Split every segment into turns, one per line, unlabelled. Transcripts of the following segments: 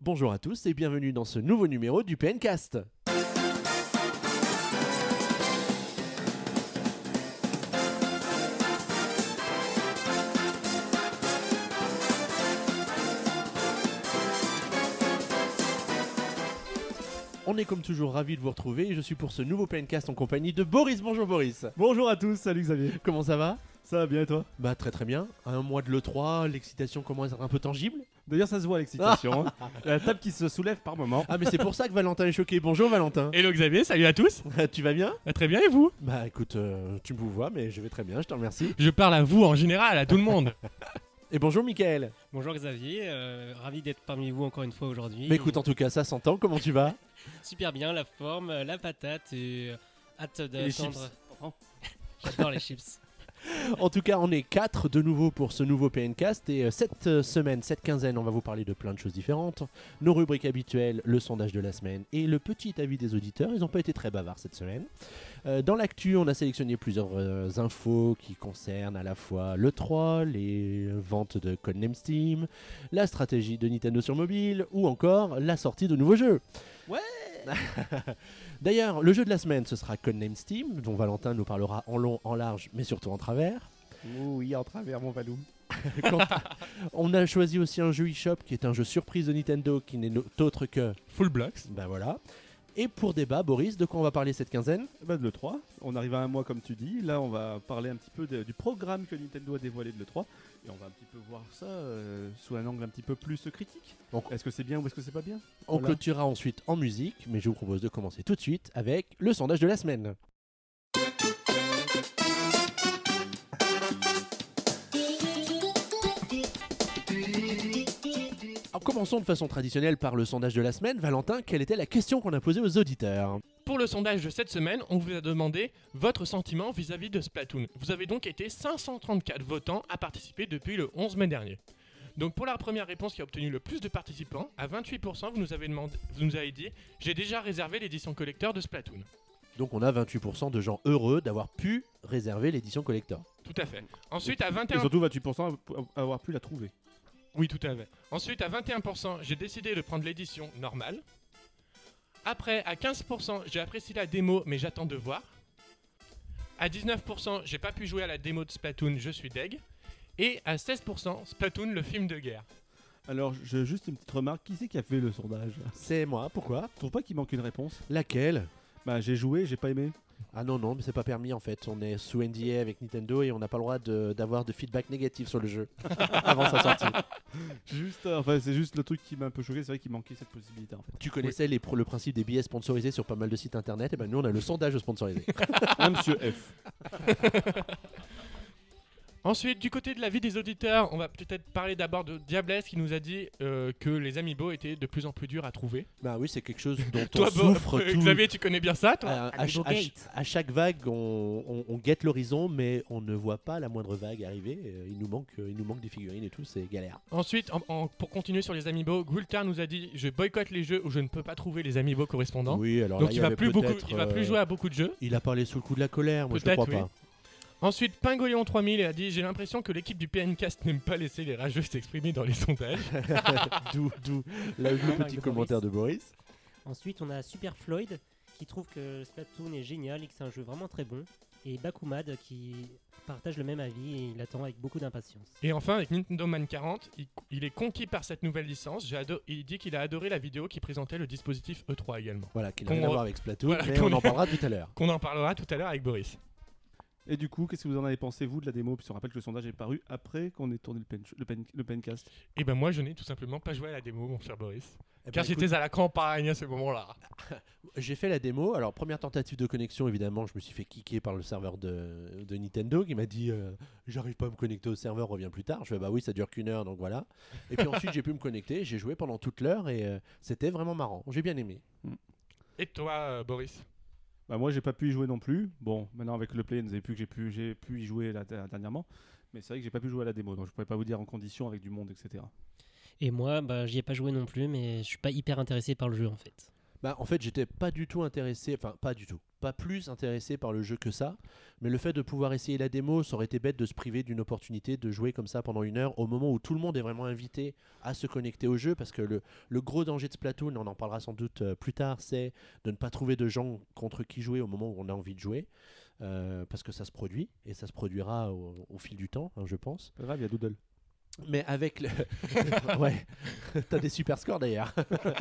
Bonjour à tous et bienvenue dans ce nouveau numéro du PNcast. On est comme toujours ravis de vous retrouver et je suis pour ce nouveau PNcast en compagnie de Boris. Bonjour Boris.
Bonjour à tous, salut Xavier.
Comment ça va
Ça va bien et toi
Bah très très bien. À un mois de l'E3, l'excitation commence à être un peu tangible.
D'ailleurs, ça se voit l'excitation. hein. La table qui se soulève par moment.
Ah mais c'est pour ça que Valentin est choqué. Bonjour Valentin.
Hello Xavier, salut à tous.
tu vas bien
Ah, Très bien et vous
Bah écoute, euh, tu me vois mais je vais très bien, je te remercie.
Je parle à vous en général, à tout le monde.
Et bonjour Michael.
Bonjour Xavier, euh, ravi d'être parmi vous encore une fois aujourd'hui.
Mais Bah, écoute en tout cas, ça s'entend, comment tu vas
Super bien, la forme, euh, la patate et euh, hâte
les
d'attendre. J'adore les chips.
En tout cas, on est quatre de nouveau pour ce nouveau PNcast et euh, cette euh, semaine, cette quinzaine, on va vous parler de plein de choses différentes. Nos rubriques habituelles, le sondage de la semaine et le petit avis des auditeurs. Ils n'ont pas été très bavards cette semaine. Euh, dans l'actu, on a sélectionné plusieurs euh, infos qui concernent à la fois le 3, les ventes de Codename Steam, la stratégie de Nintendo sur mobile ou encore la sortie de nouveaux jeux.
Ouais
D'ailleurs, le jeu de la semaine, ce sera Codename Steam, dont Valentin nous parlera en long, en large, mais surtout en travers.
Oui, en travers mon Valou.
Quand- on a choisi aussi un jeu eShop qui est un jeu surprise de Nintendo qui n'est no- autre que.
Full blocks.
Ben voilà. Et pour débat, Boris, de quoi on va parler cette quinzaine
Bah, de l'E3, on arrive à un mois comme tu dis. Là, on va parler un petit peu de- du programme que Nintendo a dévoilé de l'E3. Et on va un petit peu voir ça euh, sous un angle un petit peu plus critique.
Donc-
Est-ce que c'est bien ou est-ce que c'est pas bien
On
Voilà.
clôturera ensuite en musique, mais je vous propose de commencer tout de suite avec le sondage de la semaine. Alors, commençons de façon traditionnelle par le sondage de la semaine. Valentin, quelle était la question qu'on a posée aux auditeurs
Pour le sondage de cette semaine, on vous a demandé votre sentiment vis-à-vis de Splatoon. Vous avez donc été 534 votants à participer depuis le 11 mai dernier. Donc pour la première réponse qui a obtenu le plus de participants, à 28%, vous nous avez, demandé, vous nous avez dit « J'ai déjà réservé l'édition collector de Splatoon
Donc on a 28% de gens heureux d'avoir pu réserver l'édition collector. ».
Tout à fait. Ensuite, à
Et
21%,
surtout, 28% à avoir pu la trouver.
Oui, tout à fait. Ensuite, à 21%, j'ai décidé de prendre l'édition normale. Après, à 15%, j'ai apprécié la démo, mais j'attends de voir. À 19%, j'ai pas pu jouer à la démo de Splatoon, je suis deg. Et à 16%, Splatoon, le film de guerre.
Alors, je, juste une petite remarque. Qui c'est qui a fait le sondage
C'est moi, pourquoi
Je trouve pas qu'il manque une réponse.
Laquelle
Bah, j'ai joué, j'ai pas aimé.
Ah non, non, mais c'est pas permis en fait. On est sous NDA avec Nintendo et on n'a pas le droit de- d'avoir de, feedback négatif sur le jeu avant sa sortie.
Juste, euh, enfin, c'est juste le truc qui m'a un peu choqué. C'est vrai qu'il manquait cette possibilité. en fait.
Tu connaissais les pro- le principe des billets sponsorisés sur pas mal de sites internet Et ben nous on a le sondage sponsorisé.
Ah, monsieur F.
Ensuite, du côté de l'avis des auditeurs, on va peut-être parler d'abord de Diablesse qui nous a dit euh, que les amiibo étaient de plus en plus durs à trouver.
bah oui, c'est quelque chose dont on
Toi, Bo-
souffre
euh,
tout.
Xavier, tu connais bien ça, toi
À, à ch- à ch- à chaque vague, on, on- on guette l'horizon, mais on ne voit pas la moindre vague arriver. Euh, Il nous manque, il nous manque des figurines et tout, c'est galère.
Ensuite, en- en- pour continuer sur les amiibo, Gultar nous a dit je boycotte les jeux où je ne peux pas trouver les amiibo correspondants.
oui, alors
Donc
là,
il,
y
va
avait
plus beaucoup,
peut-être,
il va plus
euh,
jouer à beaucoup de jeux.
Il a parlé sous le coup de la colère, moi je le crois
Peut-être,
pas.
Ensuite, Pingolion 3000 a dit j'ai l'impression que l'équipe du PNcast n'aime pas laisser les rageux s'exprimer dans les sondages.
d'où d'où le, le
Remarque
petit
de
commentaire de Boris.
Ensuite, on a Super Floyd qui trouve que Splatoon est génial et que c'est un jeu vraiment très bon. Et Bakumad qui partage le même avis et il attend avec beaucoup d'impatience.
Et enfin, avec Nintendo Man 40, il, il est conquis par cette nouvelle licence. J'ai ado- il dit qu'il a adoré la vidéo qui présentait le dispositif E3 également.
Voilà, qui n'a
Qu'on
rien à
re-
voir avec Splatoon,
Voilà,
mais
qu'on
on en
est-
parlera tout à l'heure.
Qu'on en parlera tout à l'heure avec Boris.
Et du coup, qu'est-ce que vous en avez pensé, vous, de la démo Puis on rappelle que le sondage est paru après qu'on ait tourné le, pen, le, pen- le pencast.
Et ben moi, je n'ai tout simplement pas joué à la démo, mon cher Boris.
Eh ben,
Car
écoute,
j'étais à la campagne à ce moment-là.
J'ai fait la démo. Alors, première tentative de connexion, évidemment, je me suis fait kicker par le serveur de, de Nintendo qui m'a dit euh, J'arrive pas à me connecter au serveur, reviens plus tard. Je fais Bah oui, ça dure qu'une heure, donc voilà. Et puis ensuite, j'ai pu me connecter, j'ai joué pendant toute l'heure et euh, c'était vraiment marrant. J'ai bien aimé.
Et toi, euh, Boris
Bah, moi, j'ai pas pu y jouer non plus. Bon, maintenant, avec le play, vous avez vu que j'ai pu, j'ai pu y jouer la, la- dernièrement. Mais c'est vrai que j'ai pas pu jouer à la démo, donc je pourrais pas vous dire en condition avec du monde, etc.
Et moi, bah, j'y ai pas joué non plus, mais je suis pas hyper intéressé par le jeu en fait.
Bah, en fait, j'étais pas du tout intéressé, enfin, pas du tout, pas plus intéressé par le jeu que ça. Mais le fait de pouvoir essayer la démo, ça aurait été bête de se priver d'une opportunité de jouer comme ça pendant une heure au moment où tout le monde est vraiment invité à se connecter au jeu. Parce que le, le gros danger de Splatoon, on en parlera sans doute euh, plus tard, c'est de ne pas trouver de gens contre qui jouer au moment où on a envie de jouer. Euh, parce que ça se produit et ça se produira au, au fil du temps, hein, je pense.
Pas grave, il y a Doodle.
Mais avec le. ouais, t'as des super scores d'ailleurs.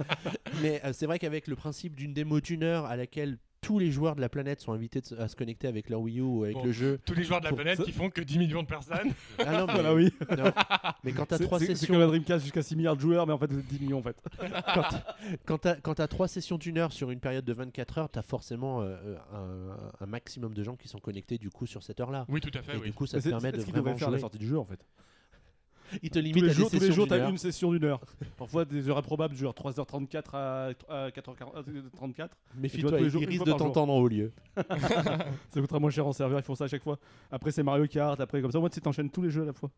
Mais euh, c'est vrai qu'avec le principe d'une démo d'une heure à laquelle tous les joueurs de la planète sont invités de se- à se connecter avec leur Wii U ou avec
Bon.
le jeu.
Tous les joueurs de la
Euh, Pour-
planète qui font que 10 millions de personnes.
Ah non, mais,
Voilà, oui.
non. Mais quand t'as
C'est-
trois
c'est- C'est
sessions.
comme la Dreamcast jusqu'à 6 milliards de joueurs, mais en fait, vous êtes 10 millions en fait.
Quand t'as- quand t'as trois sessions d'une heure sur une période de 24 heures, t'as forcément euh, euh, un, un maximum de gens qui sont connectés du coup sur cette heure-là.
Oui, tout à fait,
Et
oui.
du coup, ça te
C'est-
permet
c'est
de
ce qu'ils devraient
vraiment
faire à la
jouer.
sortie du jeu en fait.
Il te
Tous
limite
les
à des
jours, tous les
sessions
jours,
d'une
t'as
heure.
une session d'une heure. Parfois des heures improbables, genre 3h34 à euh, à 4h34. Et
Méfie-toi,
toi, tous les jours,
il
une
risque
fois
de
par jour.
t'entendre en haut lieu.
Ça coûtera moins cher en serveur, ils font ça à chaque fois. Après, c'est Mario Kart, après, comme ça. Moi, tu sais, t'enchaînes tous les jeux à la fois.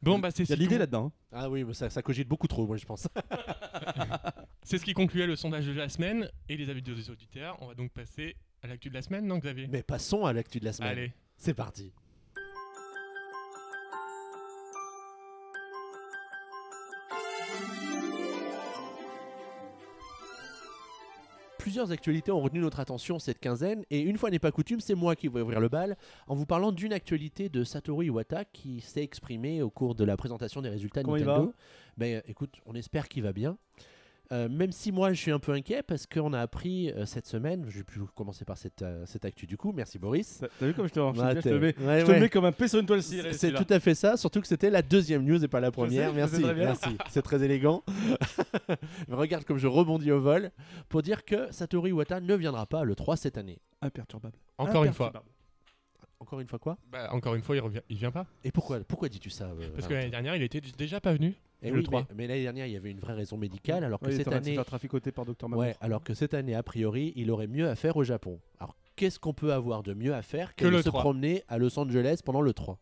Bon, bah,
Il y
c'est
a
ce,
de
qui
l'idée
con-
là-dedans. hein.
Ah oui, mais ça, ça cogite beaucoup trop, moi je pense.
c'est ce qui concluait le sondage de la semaine et les avis des auditeurs. On va donc passer à l'actu de la semaine, non, Xavier
Mais passons à l'actu de la semaine.
Allez.
C'est parti. Plusieurs actualités ont retenu notre attention cette quinzaine, et une fois n'est pas coutume, c'est moi qui vais ouvrir le bal en vous parlant d'une actualité de Satoru Iwata qui s'est exprimé au cours de la présentation des résultats de
Comment il
Nintendo.
va
Ben, écoute, on espère qu'il va bien. Euh, même si moi je suis un peu inquiet parce qu'on a appris euh, cette semaine, je vais plus commencer par cette, euh, cette actu du coup, merci Boris.
T'as t'as vu comme je te je te-
Ouais,
Bah, je te
Bah, t'es-
mets-
ouais,
je te
ouais.
mets comme un paix sur une toile cirée.
C'est
celui-là.
tout à fait ça, surtout que c'était la deuxième news et pas la première.
je sais
merci,
très bien.
merci. C'est très élégant. Mais Regarde comme je rebondis au vol pour dire que Satoru Iwata ne viendra pas le 3 cette année.
Imperturbable.
Encore une fois.
Imperturbable.
Encore une fois quoi
Bah, encore une fois, il revient, il vient pas.
Et pourquoi pourquoi dis-tu ça euh,
Parce que
Valentin
l'année dernière, il était déjà pas venu.
Eh
le
oui,
3.
Mais, mais l'année dernière, il y avait une vraie raison médicale, alors que
Ouais, il est
cette
en train de se
année,
faire traficoter par Dr. Mamour.
ouais, alors que cette année, a priori, il aurait mieux à faire au Japon. Alors qu'est-ce qu'on peut avoir de mieux à faire que,
Que
de
le
se
3.
promener à Los Angeles pendant le 3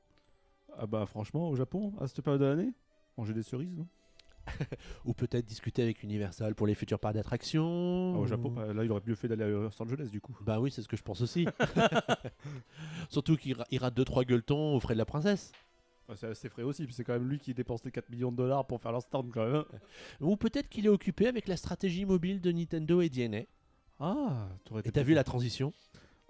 Ah bah franchement, au Japon, à cette période de l'année, manger des cerises, non
Ou peut-être discuter avec Universal pour les futurs parcs d'attractions
Ah, Au
ou-
Japon, bah, là, il aurait mieux fait d'aller à Los Angeles du coup.
Bah oui, c'est ce que je pense aussi. Surtout qu'il ra- il rate 2-3 gueuletons aux frais de la princesse.
Bah, c'est assez frais aussi, puis c'est quand même lui qui dépense les 4 millions de dollars pour faire leur stand quand même. hein.
Ou peut-être qu'il est occupé avec la stratégie mobile de Nintendo et DNA.
Ah, t'aurais
Et
été
t'as
plus-
vu la transition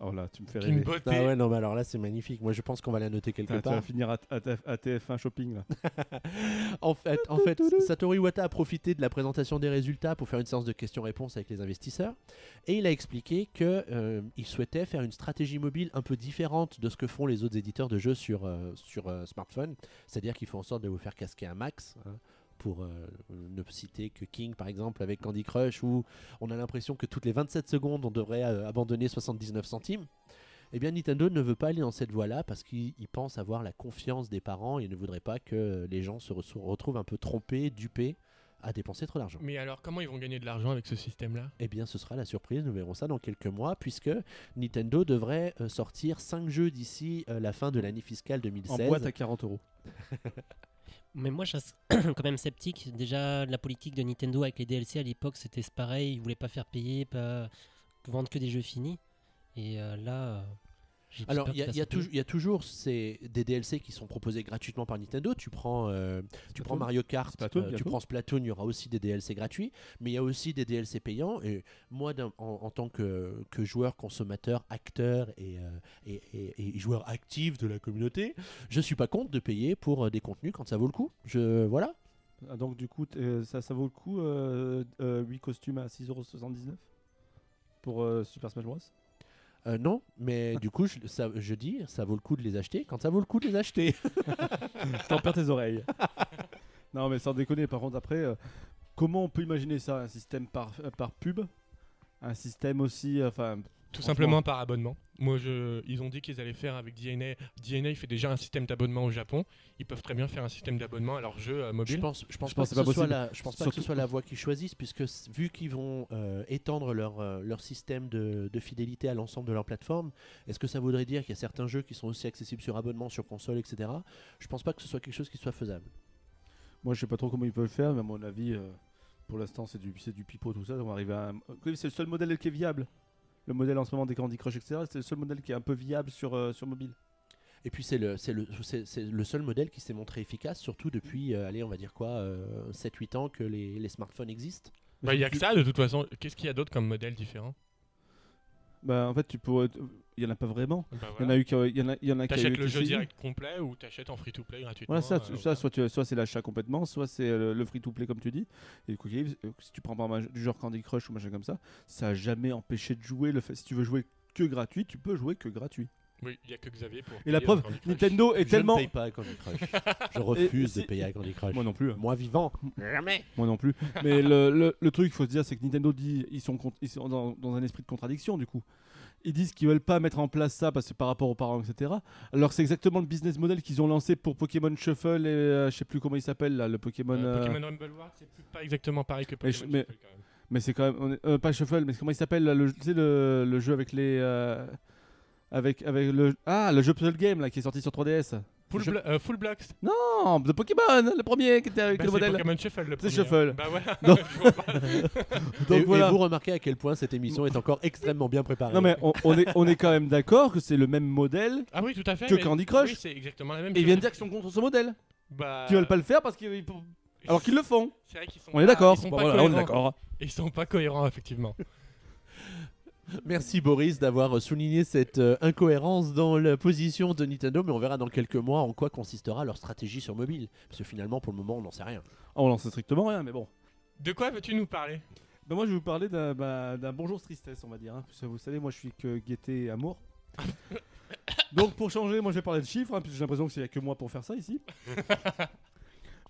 Oh là, tu me fais
Une
rêver.
beauté.
Ah ouais, non, mais alors là, c'est magnifique. Moi, je pense qu'on va la noter quelque
Putain, Tu vas
part.
finir à, à TF- à TF1 Shopping là.
En fait, en fait, Satoru Iwata a profité de la présentation des résultats pour faire une séance de questions-réponses avec les investisseurs. Et il a expliqué que euh, il souhaitait faire une stratégie mobile un peu différente de ce que font les autres éditeurs de jeux sur, euh, sur euh, smartphone. C'est-à-dire qu'ils font en sorte de vous faire casquer un max. hein, pour euh, ne citer que King par exemple avec Candy Crush où on a l'impression que toutes les 27 secondes on devrait euh, abandonner 79 centimes. Eh bien Nintendo ne veut pas aller dans cette voie-là parce qu'il il pense avoir la confiance des parents et ne voudrait pas que les gens se re- se retrouvent un peu trompés, dupés à dépenser trop d'argent.
Mais alors, comment ils vont gagner de l'argent avec ce système-là
Eh bien, ce sera la surprise, nous verrons ça dans quelques mois, puisque Nintendo devrait euh, sortir 5 jeux d'ici euh, la fin de l'année fiscale
En
2016.
boîte à 40 euros.
Mais moi, je reste quand même sceptique. Déjà, la politique de Nintendo avec les DLC à l'époque, c'était pareil. Ils voulaient pas faire payer, pas vendre que des jeux finis. Et euh, là, euh, j'ai
Alors,
peur
il y, a-
que ça
il y a
soit pire.
tou- il y a toujours ces, des DLC qui sont proposés gratuitement par Nintendo. Tu prends, euh, tu prends Mario Kart,
Splatoon,
euh, tu
bientôt.
prends Splatoon, il y aura aussi des DLC gratuits, mais il y a aussi des DLC payants. Et moi, d'un- en, en tant que, que joueur, consommateur, acteur et, euh, et- et- et joueur actif de la communauté, je suis pas contre de payer pour euh, des contenus quand ça vaut le coup. Je, voilà.
Ah, donc du coup, t- euh, ça, ça vaut le coup euh, 8 costumes à 6,79€ pour euh, Super Smash Bros.
Euh, non, mais du coup, je, ça- je dis, ça vaut le coup de les acheter quand ça vaut le coup de les acheter.
T'en perds tes oreilles. non, mais sans déconner, par contre, après, euh, comment on peut imaginer ça Un système par, euh, par pub Un système aussi. euh, Enfin,
Tout
Franchement.
simplement par abonnement. Moi, je... ils ont dit qu'ils allaient faire avec DNA. DNA fait déjà un système d'abonnement au Japon. Ils peuvent très bien faire un système d'abonnement à leur jeu euh,
Je
mobile.
pense, je pense
Je
pas,
pense
que, ce
que c'est pas
soit
possible.
la, je pense pas que ce
Surtout-
soit la voie qu'ils choisissent, puisque s- vu qu'ils vont euh, étendre leur, euh, leur système de, de fidélité à l'ensemble de leur plateforme, est-ce que ça voudrait dire qu'il y a certains jeux qui sont aussi accessibles sur abonnement, sur console, etc. Je pense pas que ce soit quelque chose qui soit faisable.
moi, je sais pas trop comment ils peuvent le faire, mais à mon avis, euh, Pour l'instant, c'est du, c'est du pipeau, tout ça. On va arriver à... Oui, c'est le seul modèle qui est viable. Le modèle en ce moment des Candy Crush, etc., c'est le seul modèle qui est un peu viable sur, euh, sur mobile.
Et puis c'est le, c'est le, c'est- c'est le seul modèle qui s'est montré efficace, surtout depuis, euh, allez, on va dire quoi, 7-8 ans que les, les smartphones existent.
Bah, il y a que ça, de toute façon. Qu'est-ce qu'il y a d'autre comme modèle différent
Bah, en fait, tu pourrais. Il y en a pas vraiment.
Bah,
Il y en
voilà.
a eu qui. Il y en a, il y en a qui a eu
T'achètes le
qui
jeu
s'est-
direct complet ou t'achètes en free-to-play gratuitement
Voilà, ça,
euh,
ça,
voilà.
Soit, tu- soit c'est l'achat complètement, soit c'est euh, le free-to-play comme tu dis. Et Quick Games, euh, si tu prends par exemple, du genre Candy Crush ou machin comme ça, ça a jamais empêché de jouer. Le fait, si tu veux jouer que gratuit, tu peux jouer que gratuit.
Oui, il y a que Xavier pour.
Et la
payer
preuve,
Candy Crush.
Nintendo est
Je
tellement.
ne paye pas à Candy Crush. Je refuse
Et-
de payer à Candy Crush.
Moi non plus. hein.
Moi vivant.
Moi non plus. Mais le, le, le truc, faut se dire, c'est que Nintendo dit, ils sont, cont- ils sont dans, dans un esprit de contradiction du coup. Ils disent qu'ils veulent pas mettre en place ça parce que par rapport aux parents, etc. Alors que c'est exactement le business model qu'ils ont lancé pour Pokémon Shuffle et euh, je sais plus comment il s'appelle là, le Pokémon.
Euh,
euh,
Pokémon Rumble Wars, c'est plus- pas exactement pareil que
Mais je-
Pokémon.
mais-
Shuffle, quand même.
Mais c'est quand même on est- euh, pas Shuffle, mais comment il s'appelle là, le, tu sais, le, le jeu avec les euh, avec avec le ah le jeu puzzle game là qui est sorti sur 3DS.
Full,
Je-
blo- euh, full Blocks.
Non, de Pokémon, le premier qui était avec
Bah,
le
c'est
modèle.
Pokémon Shuffle le
C'est
premier.
Shuffle.
Bah voilà.
Non.
je vois pas.
Et-
Donc
et,
voilà.
vous remarquez à quel point cette émission est encore extrêmement bien préparée.
Non mais on, on est on est quand même d'accord que c'est le même modèle.
Ah oui, tout à fait.
Que
mais-
Candy Crush.
Oui, c'est exactement la même
Et ils
chose.
viennent dire qu'ils sont contre ce modèle.
Bah, euh,
Qu'ils veulent pas le faire parce qu'ils alors qu'ils le font.
C'est vrai qu'ils sont.
On
pas-
est d'accord.
Ils sont
Bon,
pas
voilà, on est
cohérents.
d'accord.
Ils sont pas cohérents, effectivement.
Merci Boris d'avoir souligné cette euh, incohérence dans la position de Nintendo, mais on verra dans quelques mois en quoi consistera leur stratégie sur mobile. Parce que finalement, pour le moment, on n'en sait rien.
Ah, On lance strictement rien, mais bon.
De quoi veux-tu nous parler
Bah, moi je vais vous parler d'un bah, d'un bonjour tristesse on va dire. hein. Parce que vous savez moi je suis que gaieté et amour. Donc pour changer moi je vais parler de chiffres hein, puisque j'ai l'impression que c'est y a que moi pour faire ça ici.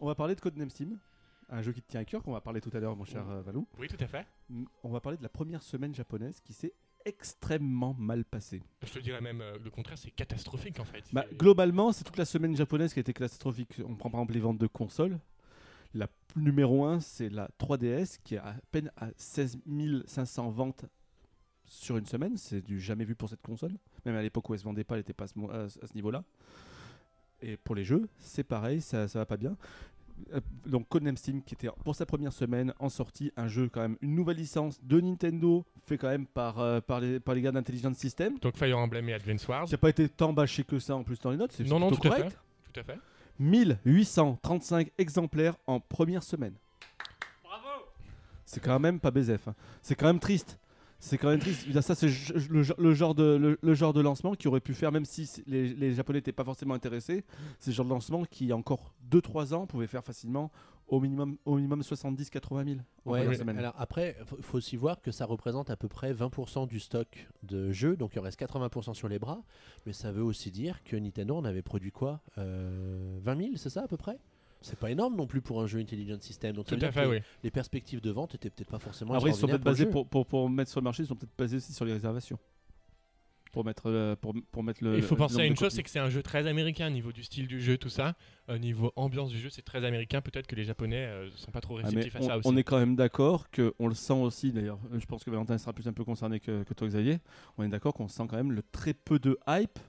on va parler de Codename Steam, un jeu qui te tient à cœur qu'on va parler tout à l'heure mon cher euh, Valou.
Oui, tout à fait.
Mm, On va parler de la première semaine japonaise qui s'est extrêmement mal passée.
Je te dirais même euh, le contraire, c'est catastrophique en fait.
Bah,
C'est-
globalement, c'est toute la semaine japonaise qui a été catastrophique. On prend par exemple les ventes de consoles. La p- numéro 1, c'est la 3DS qui est à peine à 16 500 ventes sur une semaine. C'est du jamais vu pour cette console. Même à l'époque où elle se vendait pas, elle n'était pas à ce, mo- à ce- à ce niveau-là. Et pour les jeux, c'est pareil, ça, ça va pas bien. Euh, Donc Codename Steam qui était pour sa première semaine en sortie un jeu quand même une nouvelle licence de Nintendo fait quand même par, euh, par, les, par les gars d'Intelligent System
Donc Fire Emblem et Advance Wars.
qui n'a pas été tant bâché que ça en plus dans les notes, c'est
Non, non,
plutôt
tout à fait.
correct.
Tout à fait.
1835 exemplaires en première semaine.
Bravo
C'est quand même pas baisef. hein. C'est quand même triste. C'est quand même triste. Je veux dire, Ça, c'est ge- le, ge- le genre de, le, le genre de lancement qui aurait pu faire, même si c- les, les Japonais n'étaient pas forcément intéressés, c'est le genre de lancement qui, il y a encore 2-3 ans, pouvait faire facilement au minimum, au minimum 70-80 000 en
Ouais,
première
mais
semaine.
alors après, faut- faut aussi voir que ça représente à peu près 20% du stock de jeux, donc il en reste 80% sur les bras, mais ça veut aussi dire que Nintendo en avait produit quoi Euh, 20 000, c'est ça à peu près C'est pas énorme non plus pour un jeu Intelligent System, donc ça
Tout
veut
à
dire
fait,
que
oui.
les perspectives de vente étaient peut-être pas forcément
Après, Ah ils sont peut-être
extraordinaires
basés
pour le jeu.
pour, pour, pour mettre sur le marché, ils sont peut-être basés aussi sur les réservations. Pour mettre, euh, pour, pour mettre le.
Il faut
le
penser à
nombre
une
de
chose,
copies.
c'est que c'est un jeu très américain au niveau du style du jeu, tout ça. Au niveau ambiance du jeu, c'est très américain. Peut-être que les Japonais euh, sont pas trop
Ah, mais
réceptifs à
on,
ça aussi.
on est quand même d'accord que on le sent aussi d'ailleurs. euh, Je pense que Valentin sera plus un peu concerné que, que toi Xavier. On est d'accord qu'on sent quand même le très peu de hype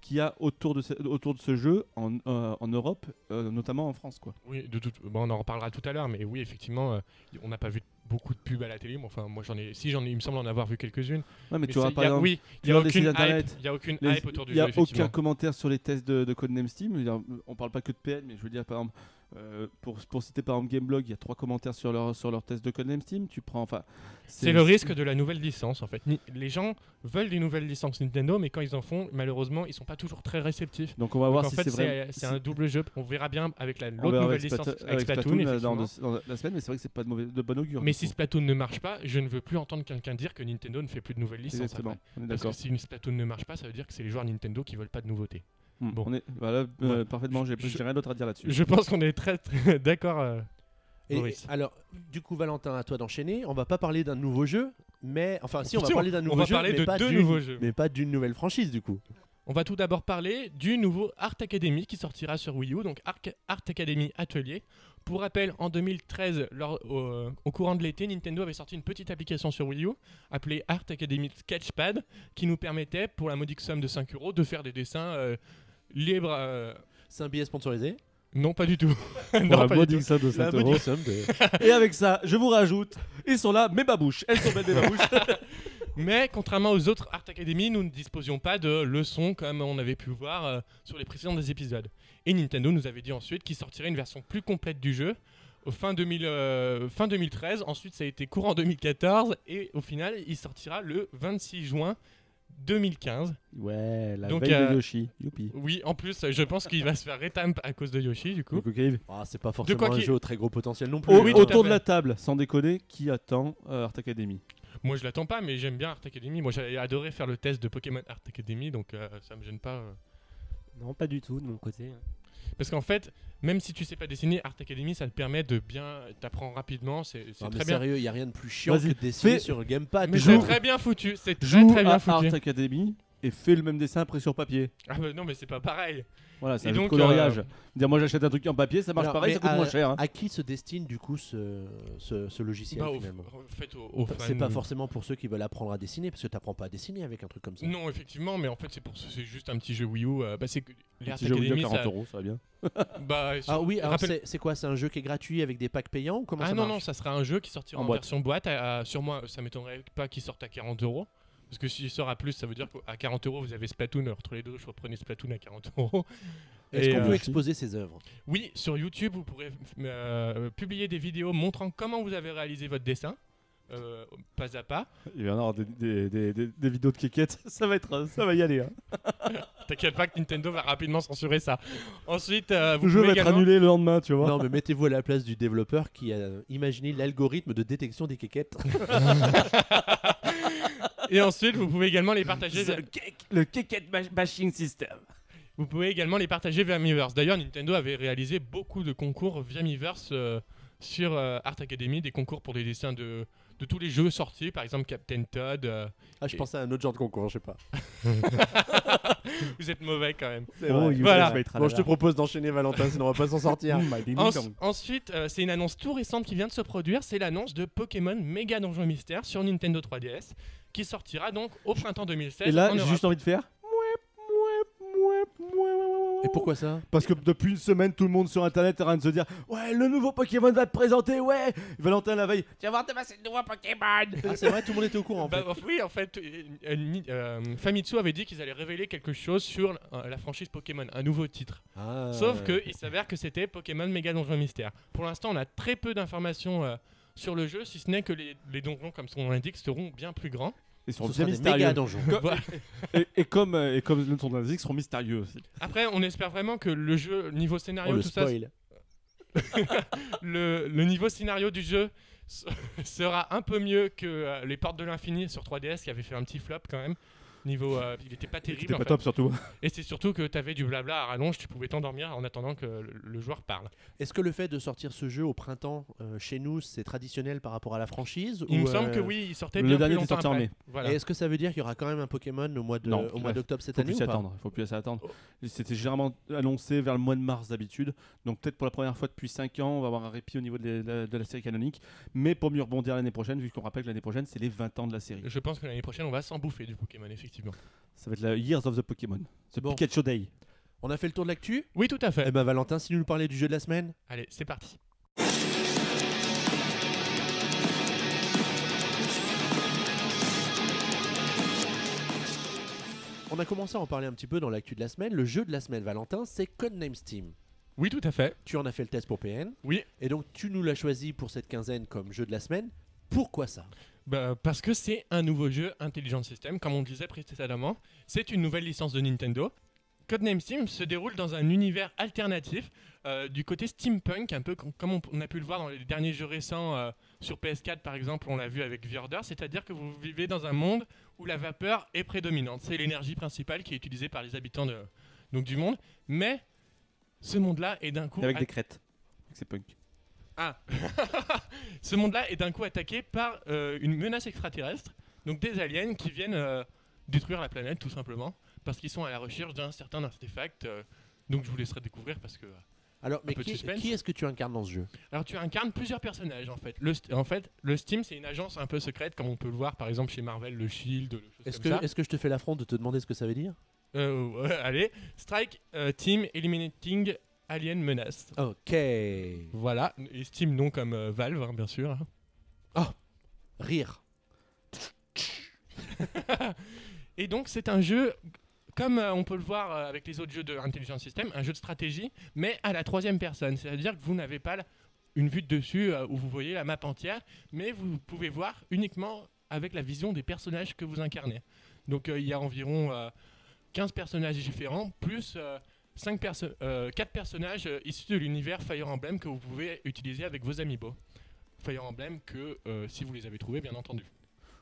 qu'il y a autour de ce, autour de ce jeu en, euh, en Europe, euh, notamment en France quoi.
Oui, de toute- bon, on en reparlera tout à l'heure, mais oui, effectivement, euh, on n'a pas vu beaucoup de pubs à la télé. Mais enfin, moi, j'en ai. Si j'en ai, il me semble en avoir vu quelques-unes.
Ouais, mais,
Mais
tu vois
c'est-
par
y a-
exemple,
oui,
tu
il y a
regardes les
aucune
sites
hype.
internet,
Il y a aucune
les-
hype autour du
il y a
jeu.
aucun
effectivement.
commentaire sur les tests de, de Codename Steam. Je veux dire, on parle pas que de PN, mais je veux dire par exemple. euh, pour, pour citer par exemple Gameblog, il y a trois commentaires sur leur, sur leur test de Codename Steam. Tu prends, enfin,
C'est le risque de la nouvelle licence en fait. Ni- Les gens veulent des nouvelles licences Nintendo, mais quand ils en font, malheureusement, ils sont pas toujours très réceptifs.
Donc on va
Donc,
voir
en
si
fait,
c'est vrai.
c'est euh,
si-
c'est un double jeu. On verra bien avec la-
On
l'autre
verra
nouvelle
avec
licence,
Splatoon-
avec
avec
Splatoon,
Splatoon, euh, dans,
effectivement.
deux- dans la semaine, mais c'est vrai que c'est pas de, mauvais, de bonne augure.
Mais
du
si
coup.
Splatoon ne marche pas, je ne veux plus entendre quelqu'un dire que Nintendo ne fait plus de nouvelles licences.
Exactement,
après.
on est
Parce que
d'accord.
si une Splatoon ne marche pas, ça veut dire que c'est les joueurs Nintendo qui veulent pas de nouveautés.
Hmm,
bon.
on est- voilà, euh,
Voilà.
parfaitement, j'ai
Je-
j'ai rien d'autre à dire là-dessus.
Je pense qu'on est très, très d'accord. euh,
Et-
Boris.
et- alors, du coup, Valentin, à toi d'enchaîner. On va pas parler d'un nouveau jeu, mais enfin, Ah, si on va
Si, on-
parler d'un nouveau
va
jeu,
parler
mais
de
pas
deux
d'une-
nouveaux jeux.
mais pas d'une nouvelle franchise du coup.
On va tout d'abord parler du nouveau Art Academy qui sortira sur Wii U, donc Arc- Art Academy Atelier. Pour rappel, en 2013, lors- au, au courant de l'été, Nintendo avait sorti une petite application sur Wii U appelée Art Academy Sketchpad qui nous permettait, pour la modique somme de 5 euros, de faire des dessins euh, libres. euh,
C'est un billet sponsorisé.
Non, pas du tout.
Pour
non,
un
pas
beau
du tout.
Dixon de
La
7 euros. Et avec ça, je vous rajoute, ils sont là, mes babouches. Elles sont belles, mes babouches.
Mais contrairement aux autres Art Academy, nous ne disposions pas de leçons comme on avait pu voir euh, sur les précédents des épisodes. Et Nintendo nous avait dit ensuite qu'il sortirait une version plus complète du jeu au fin, 2000, euh, fin 2013. Ensuite, ça a été court en 2014 et au final, il sortira le 26 juin 2015.
Ouais, la
Donc,
veille
euh,
de Yoshi. Youpi.
Oui, en plus, euh, je pense qu'il va se faire rétamp à cause de Yoshi du coup.
Coucou, Kevin.
Ah, c'est pas forcément
quoi
un
qu'il-
jeu au très gros potentiel non plus.
Au-
oui,
hein.
tout à
autour
fait.
de la table, sans déconner, qui attend euh, Art Academy
Moi, je l'attends pas, mais j'aime bien Art Academy. Moi, j'avais adoré faire le test de Pokémon Art Academy, donc euh, ça me gêne pas. euh.
Non, pas du tout de mon côté.
Parce qu'en fait, même si tu sais pas dessiner, Art Academy, ça te permet de bien. T'apprends rapidement, c'est c'est
Non, mais Ah,
très bien.
sérieux, il y a rien de plus chiant que
Vas-y,
de dessiner
fais-
sur le gamepad.
Mais
Genre,
c'est très bien foutu, c'est très
Joue
très bien
à Art
foutu.
Academy et fais le même dessin après sur papier.
Ah bah non, mais c'est pas pareil.
Voilà, c'est
Et
un jeu de
donc,
coloriage.
euh,
Dire, moi j'achète un truc en papier, ça marche
Alors,
pareil,
mais
ça coûte
à-
moins cher. hein.
À qui se destine du coup ce, ce, ce logiciel
Bah, au,
finalement
en fait, aux- aux
C'est
fans.
pas forcément pour ceux qui veulent apprendre à dessiner, parce que t'apprends pas à dessiner avec un truc comme ça.
Non, effectivement, mais en fait, c'est pour c'est juste un petit jeu Wii U. euh, bah, c'est que les
Un
Art
petit jeu Wii U à
Academy,
40
ça.
euros, ça va bien.
Bah,
Ah oui, alors
rappelle-
c'est- c'est quoi C'est un jeu qui est gratuit avec des packs payants ou comment
Ah
ça
non, non,
marche
ça sera un jeu qui sortira
En
en,
boîte.
version boîte. À, à- sur moi, ça m'étonnerait pas qu'il sorte à 40 euros. Parce que s'il sort à plus, ça veut dire qu'à 40 euros, vous avez Splatoon. Alors, entre les deux, je reprenais Splatoon à 40 euros.
Est-ce
Et,
qu'on
euh,
peut exposer ses œuvres
Oui, sur YouTube, vous pourrez euh, publier des vidéos montrant comment vous avez réalisé votre dessin, euh, pas à pas.
Il va y en avoir des, des- des- des- des vidéos de kékettes, ça va, être, euh, ça va y aller. hein.
T'inquiète pas que Nintendo va rapidement censurer ça. Ensuite, euh, vous
Le jeu
pouvez
va être
également...
annulé le lendemain, tu vois.
Non, mais mettez-vous à la place du développeur qui a imaginé l'algorithme de détection des quéquettes.
Et ensuite, vous pouvez également les partager. via-
le kékette bashing system.
Vous pouvez également les partager via Miiverse. D'ailleurs, Nintendo avait réalisé beaucoup de concours via Miiverse euh, sur euh, Art Academy, des concours pour des dessins de, de tous les jeux sortis, par exemple Captain Todd. euh,
Ah, je pensais à un autre genre de concours, je sais pas.
Vous êtes mauvais quand même.
Oh, you
Voilà.
Bon,
guys made
je te
tralala.
propose d'enchaîner, Valentin, sinon on va pas s'en sortir.
Mm, my ding
Ens-
dong.
ensuite, euh, c'est une annonce tout récente qui vient de se produire, c'est l'annonce de Pokémon Mega Donjon Mystère sur Nintendo 3DS, qui sortira donc au printemps 2016
Et là,
en
j'ai
Europe.
juste envie de faire.
Et pourquoi ça
Parce que depuis une semaine, tout le monde sur internet est en train de se dire Ouais, le nouveau Pokémon va te présenter, ouais Valentin la veille, tiens, voir, t'as c'est le nouveau Pokémon
Ah, c'est vrai, tout le monde était au courant en
Bah,
fait.
oui, en fait, euh, euh, ni- euh, Famitsu avait dit qu'ils allaient révéler quelque chose sur euh, la franchise Pokémon, un nouveau titre.
Ah,
Sauf que il s'avère que c'était Pokémon Mega Donjon Mystère. Pour l'instant, on a très peu d'informations euh, sur le jeu, si ce n'est que les, les donjons, comme son nom l'indique, seront bien plus grands.
Ils sont
Ce sera
bien
des méga
mystérieux.
donjons.
Voilà.
Et, et comme, euh, et comme le nom d'indique, ils seront mystérieux aussi.
Après, on espère vraiment que le jeu, niveau
Oh,
scénario,
le
tout ça,
spoil.
le, le niveau scénario du jeu s- sera un peu mieux que euh, Les Portes de l'Infini sur 3DS qui avait fait un petit flop quand même. Niveau, euh, il était pas
C'était
terrible. en
pas
fait.
top surtout.
Et c'est surtout que tu avais du blabla à rallonge, tu pouvais t'endormir en attendant que le, le joueur parle.
Est-ce que le fait de sortir ce jeu au printemps euh, chez nous, c'est traditionnel par rapport à la franchise
Il
ou,
me semble
euh,
que oui, il sortait
le
bien
dernier
plus
était
longtemps
sorti en
après.
mai.
Voilà.
Et est-ce que ça veut dire qu'il y aura quand même un Pokémon au mois de-
Non,
au
ouais.
mois d'octobre cette
Faut
année
plus
ou
s'y
pas
attendre, faut plus s'y attendre. C'était généralement annoncé vers le mois de mars d'habitude, donc peut-être pour la première fois depuis 5 ans, on va avoir un répit au niveau de la, de la série canonique, mais pour mieux rebondir l'année prochaine, vu qu'on rappelle que l'année prochaine c'est les 20 ans de la série.
Je pense que l'année prochaine, on va s'en bouffer du Pokémon, effectivement.
Ça va être la Years of the Pokémon, The
Bon.
Pikachu Day.
On a fait le tour de l'actu
Oui, tout à fait.
Eh ben Valentin, si nous nous parlais du jeu de la semaine
Allez, c'est parti.
On a commencé à en parler un petit peu dans l'actu de la semaine. Le jeu de la semaine, Valentin, c'est Codename Steam.
Oui, tout à fait.
Tu en as fait le test pour PN.
Oui.
Et donc tu nous l'as choisi pour cette quinzaine comme jeu de la semaine. Pourquoi ça
Bah, parce que c'est un nouveau jeu Intelligent System, comme on le disait précédemment. C'est une nouvelle licence de Nintendo. Codename Steam se déroule dans un univers alternatif, euh, du côté steampunk, un peu com- comme on, on a pu le voir dans les derniers jeux récents euh, sur PS4 par exemple, on l'a vu avec The Order, c'est-à-dire que vous vivez dans un monde où la vapeur est prédominante. C'est l'énergie principale qui est utilisée par les habitants de- donc, du monde, mais ce monde-là est d'un coup
Et avec
à-
des crêtes. C'est punk.
ah Ce monde-là est d'un coup attaqué par euh, une menace extraterrestre, donc des aliens qui viennent euh, détruire la planète tout simplement, parce qu'ils sont à la recherche d'un certain artefact. euh, donc je vous laisserai découvrir parce que. euh,
Alors, mais
peu de
qui,
suspense.
qui est-ce que tu incarnes dans ce jeu
Alors tu incarnes plusieurs personnages en fait. Le st- en fait, le Steam c'est une agence un peu secrète, comme on peut le voir par exemple chez Marvel, le Shield, le choses
Est-ce
comme
que,
ça.
est-ce que je te fais l'affront de te demander ce que ça veut dire
Euh, ouais, allez, Strike euh, Team Eliminating Alien Menace.
Ok.
Voilà, et Steam non comme euh, Valve, hein, bien sûr. hein.
Rire.
Et donc c'est un jeu, comme euh, on peut le voir euh, avec les autres jeux de Intelligent System, un jeu de stratégie, mais à la troisième personne. C'est-à-dire que vous n'avez pas la- une vue de dessus euh, où vous voyez la map entière, mais vous pouvez voir uniquement avec la vision des personnages que vous incarnez. Donc euh, il y a environ euh, 15 personnages différents, plus euh, 5 4 personnages euh, issus de l'univers Fire Emblem que vous pouvez utiliser avec vos amiibo. Fire Emblem que euh, si vous les avez trouvés, bien entendu.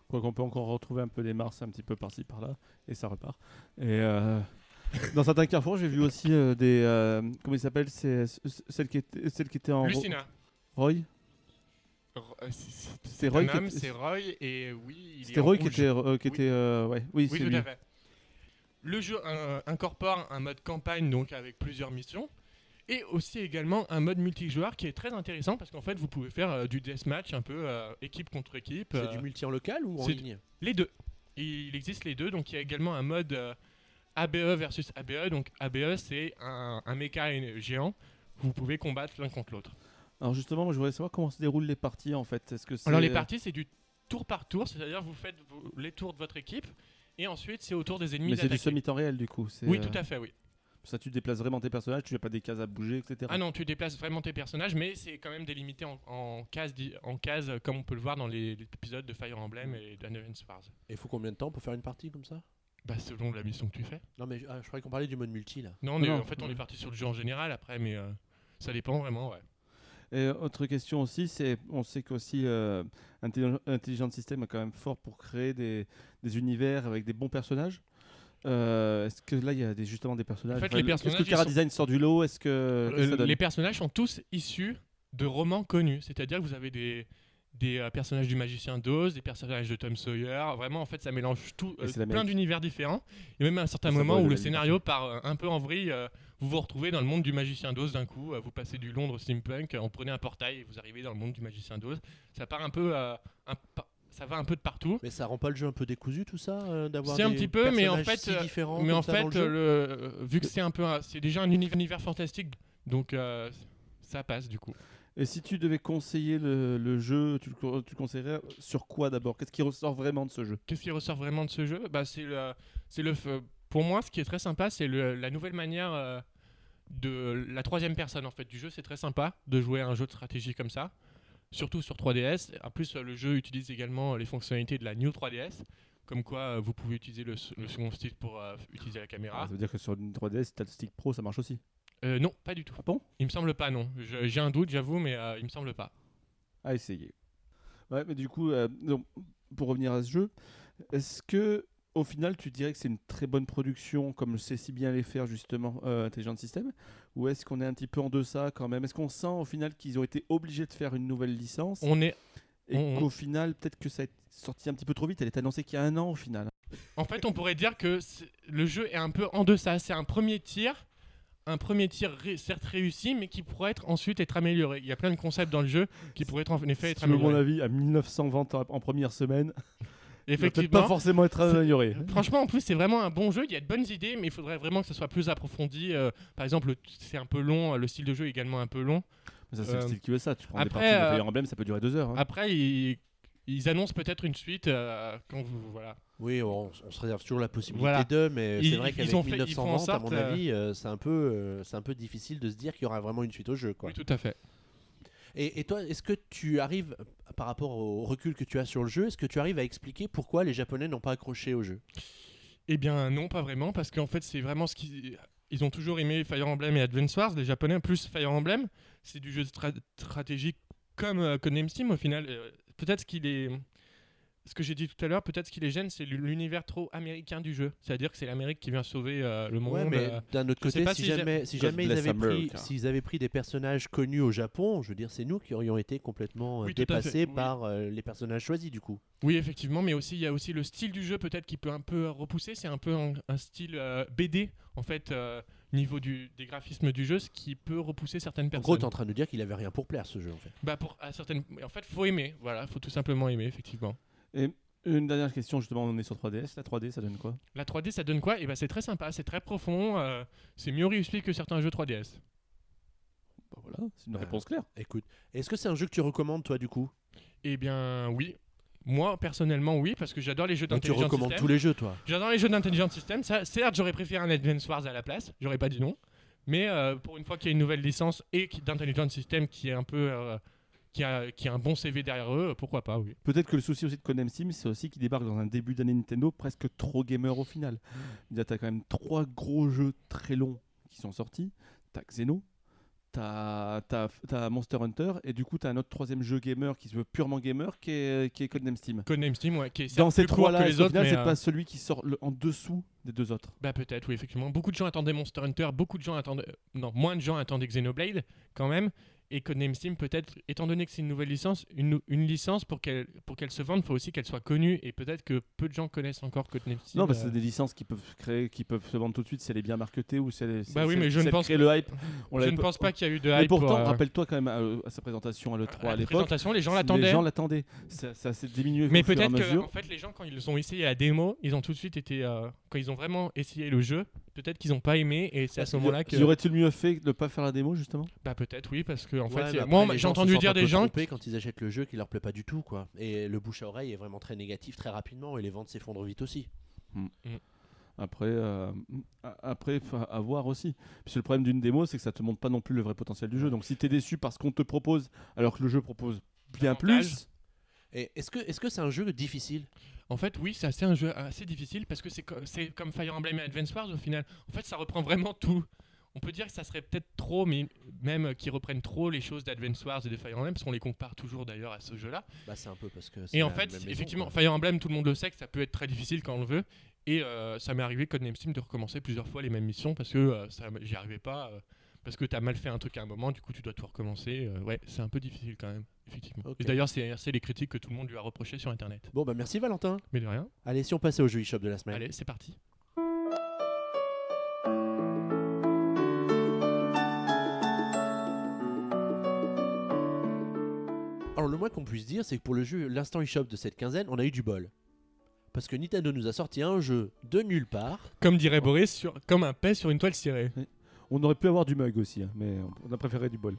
Quoi qu'on peut encore retrouver un peu des Mars un petit peu par-ci par-là, et ça repart. Et euh, dans certains carrefours, j'ai vu aussi euh, des. euh, comment il s'appelle C'est c- c- celle qui était, celle qui était en. Ro-
Lucina.
Roy
R- euh, c'est- c'est-
C'était
Roy
Roy qui était.
c'est Roy et oui, il est
C'était
en
Roy qui
rouge.
était. euh, qui
Oui.
était euh, ouais. Oui,
Oui,
c'est
tout
lui.
à fait. Le jeu euh, incorpore un mode campagne donc avec plusieurs missions et aussi également un mode multijoueur qui est très intéressant parce qu'en fait vous pouvez faire euh, du deathmatch un peu euh, équipe contre équipe.
C'est
euh,
du multi en local ou en
c'est-
ligne
les deux. Il existe les deux, donc il y a également un mode euh, ABE versus ABE. Donc ABE, c'est un, un méca et- géant. Vous pouvez combattre l'un contre l'autre.
Alors justement, moi, je voudrais savoir comment se déroulent les parties en fait. Est-ce que c'est. euh,
Alors les parties, c'est du tour par tour, c'est-à-dire vous faites vos- les tours de votre équipe et ensuite c'est au tour des ennemis
Mais c'est du
d'attaquer.
semi-temps réel du coup. c'est,
Oui,
euh,
tout à fait, oui.
Ça, tu déplaces vraiment tes personnages, tu n'as pas des cases à bouger, etc.
Ah non, tu déplaces vraiment tes personnages, mais c'est quand même délimité en, en cases, di- en cases, euh, comme on peut le voir dans les, les épisodes de Fire Emblem et d'Underland Wars.
Il faut combien de temps pour faire une partie comme ça
Bah, selon la mission que tu fais.
Non, mais je- ah, je croyais qu'on parlait du mode multi là.
Non, on est-
Ah Non,
en fait, on
ouais.
est parti sur le jeu en général après, mais euh, ça dépend vraiment, ouais.
Et autre question aussi, c'est on sait qu'aussi euh, Intelligent- Intelligent System est quand même fort pour créer des, des univers avec des bons personnages. Euh, Est-ce que là il y a des, justement des personnages
En fait,
enfin,
les
le-
personnages,
Est-ce que
ils
Cara
sont-
Design sort du lot Est-ce que, qu'est-ce que ça
Euh,
donne
les personnages sont tous issus de romans connus, c'est-à-dire que vous avez des, des euh, personnages du magicien d'Oz, des personnages de Tom Sawyer, vraiment en fait ça mélange tout,
Et
euh,
c'est l'Amérique.
plein d'univers différents, et même à un certain
Et ça
moment
brûle
où
la
le
vie
scénario part euh, un peu en vrille, euh, vous vous retrouvez dans le monde du magicien d'Oz d'un coup, euh, vous passez du Londres au steampunk, euh, on prenait un portail et vous arrivez dans le monde du magicien d'Oz, ça part un peu, euh, un pa- ça va un peu de partout.
Mais ça rend pas le jeu un peu décousu tout ça euh, d'avoir
Si, un
des
petit peu, mais en
personnages
fait,
si
euh,
différents Oh,
Mais
comme
en
ça
fait,
dans le jeu
euh, le- euh, vu que c'est un peu, un- c'est déjà un univers, univers fantastique, donc euh, ça passe du coup.
Et si tu devais conseiller le, le jeu, tu le co- tu le conseillerais sur quoi d'abord Qu'est-ce qui ressort vraiment de ce jeu
Qu'est-ce qui ressort vraiment de ce jeu bah, c'est le, c'est le, f- pour moi, ce qui est très sympa, c'est le- la nouvelle manière euh, de la troisième personne en fait du jeu. C'est très sympa de jouer à un jeu de stratégie comme ça, surtout sur 3DS. En plus, euh, le jeu utilise également les fonctionnalités de la New 3DS, comme quoi euh, vous pouvez utiliser le, s- le second stick pour euh, utiliser la
Ah,
caméra.
Ça veut dire que sur une 3DS, t'as le stick pro, ça marche aussi.
Euh, non, pas du tout.
Ah bon
Il me semble pas, non. Je- J'ai un doute, j'avoue, mais euh, il me semble pas.
à essayer. Ouais, mais du coup, euh, donc, pour revenir à ce jeu, est-ce que au final tu dirais que c'est une très bonne production comme sait si bien les faire justement euh, Intelligent System ou est-ce qu'on est un petit peu en deçà quand même Est-ce qu'on sent au final qu'ils ont été obligés de faire une nouvelle licence
On est
et
on-
qu'au final peut-être que ça a été sorti un petit peu trop vite, elle est annoncée qu'il y a un an au final.
En fait, on pourrait dire que c'est- le jeu est un peu en deçà. C'est un premier tir, un premier tir ré- certes réussi, mais qui pourrait être ensuite être amélioré. Il y a plein de concepts dans le jeu qui pourraient être en effet
Si
être
tu veux mon
améliorés.
avis, à 1920 en en première semaine, il va peut-être pas
Effectivement.
forcément être
C'est-
amélioré.
Franchement, en plus, c'est vraiment un bon jeu. Il y a de bonnes idées, mais il faudrait vraiment que ce soit plus approfondi. Euh, par exemple, le- c'est un peu long. euh, Le style de jeu est également un peu long.
Mais ça c'est le
Euh,
style qui veut ça. Tu prends
après,
des parties
euh,
de Fire Emblem, ça peut durer deux heures. hein.
Après, ils, ils annoncent peut-être une suite euh, quand vous voilà.
Oui, on, on se réserve toujours la possibilité
Voilà.
de, mais
Ils-
c'est vrai
ils
qu'avec
ont fait- ils font en
1920, à
sorte,
mon
euh,
avis, euh, c'est un peu, euh, c'est un peu difficile de se dire qu'il y aura vraiment une suite au jeu, quoi.
Oui, tout à fait.
Et, et toi, est-ce que tu arrives, par rapport au recul que tu as sur le jeu, est-ce que tu arrives à expliquer pourquoi les Japonais n'ont pas accroché au jeu
Eh bien non, pas vraiment, parce qu'en fait c'est vraiment ce qu'ils ils ont toujours aimé Fire Emblem et Advance Wars, les Japonais, plus Fire Emblem, c'est du jeu de stra- stratégique comme euh, Codename Steam au final. Euh, peut-être ce qui les... Ce que j'ai dit tout à l'heure, peut-être ce qui les gêne, c'est l'univers trop américain du jeu. C'est-à-dire que c'est l'amérique qui vient sauver euh, le monde.
Ouais, mais
euh,
d'un autre
je sais
côté,
pas
si,
si j'ai-
jamais, si
God
jamais ils
bless
avaient pris,
America.
s'ils avaient pris des personnages connus au Japon, je veux dire, c'est nous qui aurions été complètement euh,
Oui, tout à fait,
dépassés
oui.
par euh, les personnages choisis, du coup.
Oui, effectivement, mais aussi il y a aussi le style du jeu peut-être qui peut un peu euh, repousser. C'est un peu un, un style euh, BD, en fait, euh, niveau du, des graphismes du jeu, ce qui peut repousser certaines
En
personnes.
gros, t'es en train de nous dire qu'il avait rien pour plaire ce jeu, en fait.
Bah pour à certaines. En fait, faut aimer. Voilà, faut tout simplement aimer, effectivement.
Et une dernière question, justement, on est sur 3DS. La 3D, ça donne quoi
La Eh 3D, ça donne quoi Et ben c'est très sympa, c'est très profond, euh, c'est mieux réussi que certains jeux 3DS.
voilà, c'est une
Euh,
réponse claire.
Écoute, est-ce que c'est un jeu que tu recommandes, toi, du coup
Eh bien, oui. Moi, personnellement, oui, parce que j'adore les jeux
Donc, Tu
d'intelligence
recommandes
système.
tous les jeux, toi
J'adore les jeux d'intelligence système. Ça, certes, j'aurais préféré un Advance Wars à la place. J'aurais pas dit non. Mais euh, pour une fois qu'il y a une nouvelle licence et qui- d'intelligence système qui est un peu. euh, qui, a, qui a un bon CV derrière eux, pourquoi pas, oui.
Peut-être que le souci aussi de Conan Sim, c'est aussi qu'il débarque dans un début d'année Nintendo presque trop gamer au final.
Hmm.
Il y a t'as quand même trois gros jeux très longs qui sont sortis. T'as Xeno, t'as t'as- t'as Monster Hunter, et du coup t'as un autre troisième jeu gamer qui se veut purement gamer qui est, qui est Codename Steam.
Codename Steam, ouais, qui est certes
Dans ces
plus court
trois-là,
que
au
les autres,
final,
mais,
c'est
euh,
pas celui qui sort le- en dessous des deux autres.
Bah peut-être, oui, effectivement. Beaucoup de gens attendaient Monster Hunter, beaucoup de gens attendaient... euh, Non, moins de gens attendaient Xenoblade, quand même. Et Codename Steam, peut-être, étant donné que c'est une nouvelle licence, une, nou- une licence, pour qu'elle pour qu'elle se vende, il faut aussi qu'elle soit connue. Et peut-être que peu de gens connaissent encore Codename Steam.
Non,
bah
parce que c'est des licences qui peuvent créer, qui peuvent se vendre tout de suite si elle est bien marketée ou si elle, est- si-
Bah oui,
si
mais
elle-
je
si
ne
elle
pense
crée le hype. On
Je
l'avait
ne
pas-
pense pas qu'il y a eu de hype
Mais pourtant,
pour, euh,
rappelle-toi quand même à, à sa présentation à l'E3 à
la
l'époque.
présentation, les gens
Les
l'attendaient. hein.
gens l'attendaient. Ça, ça s'est diminué
Mais
au fur et à
peut-être que en
mesure.
fait, les gens, quand ils ont essayé la démo, ils ont tout de suite été. euh, quand ils ont vraiment essayé le jeu, peut-être qu'ils n'ont pas aimé. Et c'est à ce moment-là que.
Y aurait-il mieux fait de ne pas faire la démo, justement
Bah peut-être, oui, parce que en
Ouais,
fait,
mais
c'est-
après,
moi,
les
j'ai
gens se
entendu
sentent
dire
un
des
peu
gens.
trompés quand ils achètent le jeu qui leur plaît pas du tout, quoi. Et le bouche à oreille est vraiment très négatif très rapidement et les ventes s'effondrent vite aussi.
Après, euh, a- après faut à voir aussi. Puisque le problème d'une démo, c'est que ça te montre pas non plus le vrai potentiel du jeu. Donc si tu es déçu parce qu'on te propose, alors que le jeu propose bien
Davantage.
plus,
Et est-ce que est-ce que c'est un jeu difficile
En fait, oui, c'est assez un jeu assez difficile parce que c'est co- c'est comme Fire Emblem et Advance Wars au final. En fait, ça reprend vraiment tout. On peut dire que ça serait peut-être trop, mais même euh, qu'ils reprennent trop les choses d'Advance Wars et de Fire Emblem, parce qu'on les compare toujours d'ailleurs à ce jeu-là.
Bah c'est un peu parce que. c'est
Et en
la
fait,
même maison,
effectivement,
quoi.
Fire Emblem, tout le monde le sait que ça peut être très difficile quand on le veut. Et euh, ça m'est arrivé, Codename Steam, de recommencer plusieurs fois les mêmes missions parce que euh, ça m- j'y arrivais pas. euh, parce que t'as mal fait un truc à un moment, du coup tu dois tout recommencer. euh, ouais, c'est un peu difficile quand même, effectivement.
Ok.
Et d'ailleurs, c'est c'est les critiques que tout le monde lui a reprochées sur internet.
Bon bah merci Valentin.
Mais de rien.
Allez, si on passait au jeu eShop de la semaine.
Allez, c'est parti.
Alors le moins qu'on puisse dire, c'est que pour le jeu l'instant eShop de cette quinzaine, on a eu du bol. Parce que Nintendo nous a sorti un jeu de nulle part.
Comme dirait Boris, sur, comme un paix sur une toile cirée.
on aurait pu avoir du mug aussi. hein, mais on a préféré du bol.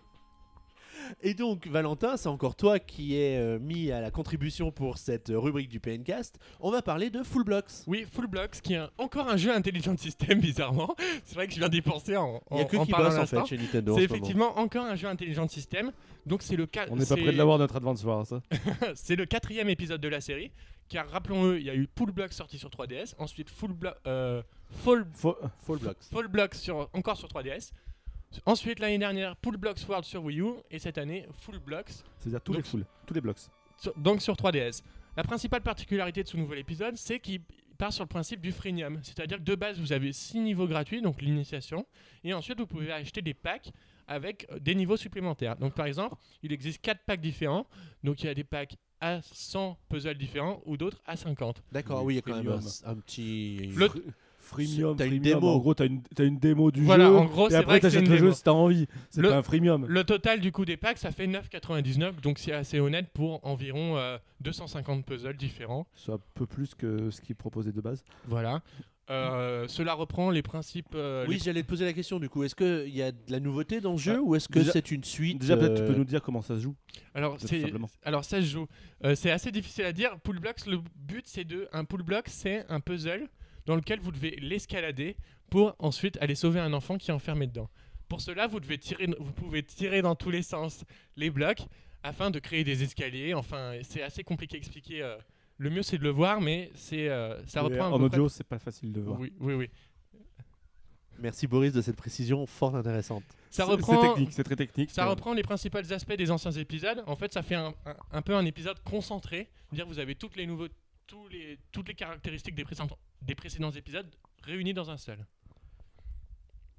Et donc Valentin, c'est encore toi qui es euh, mis à la contribution pour cette euh, rubrique du PNcast. On va parler de Full Blocks.
Oui, Full Blocks, qui est un- encore un jeu intelligent système, bizarrement. C'est vrai que je viens d'y penser en,
Il
en,
n'y a que
en
qui
parlant
bosse en
l'instant.
fait chez Nintendo. en
C'est
ce moment.
effectivement encore un jeu intelligent système. Donc c'est le cas.
On n'est pas
c'est-
près de l'avoir notre Advance Wars. hein.
C'est le quatrième épisode de la série. Car rappelons-le, il y a eu Full Blocks sorti sur 3DS. Ensuite, Full Blo- euh, Full-
Faut-
Full Blocks.
Full Blocks sur, encore sur 3DS. Ensuite, l'année dernière, Full Blocks World sur Wii U. Et cette année, Full Blocks
C'est-à-dire tous les
Donc-
foules, tous les blocs.
sur- donc sur 3DS. La principale particularité de ce nouvel épisode, c'est qu'il part sur le principe du freemium. C'est-à-dire que de base, vous avez 6 niveaux gratuits, donc l'initiation, et ensuite vous pouvez acheter des packs avec euh, des niveaux supplémentaires. Donc par exemple, il existe 4 packs différents, donc il y a des packs à 100 puzzles différents ou d'autres à 50.
D'accord,
Oui,
oui, il y a quand même
premium.
un, un petit.
Le-
Freemium,
T'as une
freemium.
démo.
En gros, t'as une, t'as une démo du
Voilà,
jeu.
en gros,
et
c'est
après,
vrai que c'est
t'achètes
une
le
démo.
jeu si t'as envie. C'est
Le-
pas un freemium.
Le total du coup des packs, ça fait 9,99, donc c'est assez honnête pour environ euh, 250 puzzles différents.
C'est un peu plus que ce qu'ils proposaient de base.
Voilà. Euh, cela reprend les principes. euh,
Oui,
les-
j'allais te poser la question du coup. Est-ce qu'il y a de la nouveauté dans le jeu
Ouais.
ou est-ce que
Déjà-
c'est une suite
Déjà, peut-être tu
euh,
peux nous dire comment ça se joue.
Alors,
tout
c'est-
simplement.
alors ça se joue. Euh, c'est assez difficile à dire. Pool blocks, le but c'est de. Un pool block, c'est un puzzle dans lequel vous devez l'escalader pour ensuite aller sauver un enfant qui est enfermé dedans. Pour cela, vous, devez tirer, vous pouvez tirer dans tous les sens les blocs afin de créer des escaliers. Enfin, c'est assez compliqué à expliquer. euh. le mieux c'est de le voir, mais c'est euh, ça
Mais
reprend un
en audio, c'est pas facile de voir.
Oui, oui, oui.
Merci Boris de cette précision fort intéressante.
C'est-
Ça reprend.
C'est technique, c'est très technique.
Ça reprend les principaux aspects des anciens épisodes. En fait, ça fait un, un- un peu un épisode concentré. Dire vous avez toutes les nouveaux, tous les, toutes les caractéristiques des, précédents- des précédents épisodes réunies dans un seul.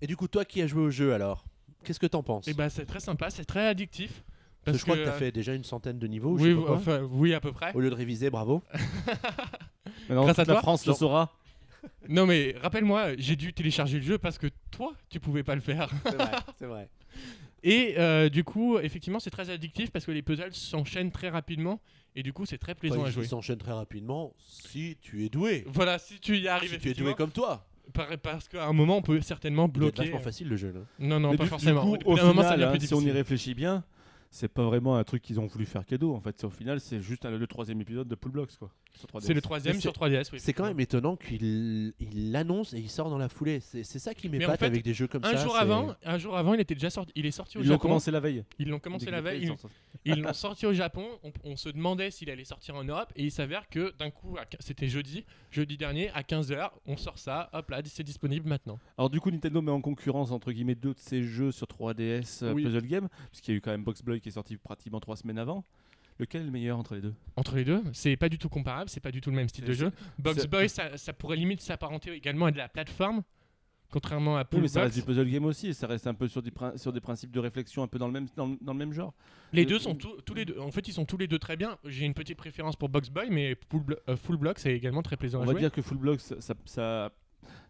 Et du coup, toi qui as joué au jeu alors, qu'est-ce que t'en penses
Et bah c'est très sympa, c'est très addictif.
Parce que je crois que,
euh,
t'as fait déjà une centaine de niveaux. ou je
Oui,
sais pas quoi.
enfin, oui, à peu près.
Au lieu de réviser, bravo.
Maintenant,
Grâce à
toute la
toi.
France le
Genre-
saura.
Non mais rappelle-moi, j'ai dû télécharger le jeu parce que toi, tu pouvais pas le faire.
C'est vrai, c'est vrai.
Et euh, du coup, effectivement, c'est très addictif parce que les puzzles s'enchaînent très rapidement et du coup, c'est très plaisant à jouer.
Ils s'enchaînent très rapidement si tu es doué.
Voilà, si tu y arrives.
si tu es doué comme toi.
Par- Parce qu'à un moment, on peut certainement
Bloqué.
bloquer. euh,
vachement facile le jeu. là.
Non, non,
Mais
pas
du- du
forcément.
coup,
Au bout
au
d'un moment, ça
final,
devient
hein,
plus
si on y
difficile.
réfléchit bien, c'est pas vraiment un truc qu'ils ont voulu faire cadeau. En fait, c'est au final, c'est juste un- le troisième épisode de Pool Blocks, quoi. sur 3DS.
C'est le troisième
Mais
sur 3DS, oui.
C'est quand même étonnant qu'il il l'annonce et il sort dans la foulée. C'est c'est ça qui m'épate
en fait,
avec des jeux comme
Un
ça.
jour
c'est-
avant, un jour avant, il était déjà sorti. Il est sorti au
Ils l'ont
Japon.
commencé la veille.
Ils l'ont commencé
Dès
la
qu'ils
veille.
l'ont
ils-
fait, ils
Ils l'ont sorti au Japon. On, on se demandait s'il allait sortir en Europe et il s'avère que d'un coup, à qu- c'était jeudi, jeudi dernier à 15h, on sort ça. Hop là, c'est disponible maintenant.
sont- Alors du coup, Nintendo met en concurrence entre guillemets deux de ses jeux sur 3DS euh,
Oui.
puzzle game, puisqu'il y a eu quand même Box Boy qui est sorti pratiquement trois semaines avant. Lequel est le meilleur entre les deux
Entre les deux, c'est pas du tout comparable, c'est pas du tout le même style de
C'est-
jeu. Box
c'est-
Boy, ça, ça pourrait limite s'apparenter également à de la plateforme, contrairement à
Oui,
Pool
mais ça
Box.
reste du puzzle game aussi, et ça reste un peu sur des, prin- sur des principes de réflexion un peu dans le même, dans, le- dans le même genre.
Les
de-
deux sont tous- tous les deux. En fait, ils sont tous les deux très bien. J'ai une petite préférence pour Box Boy, mais Full, Blo- euh, Full Block, c'est également très plaisant
On
à
va
jouer.
dire que Full Blocks, ça, ça, ça,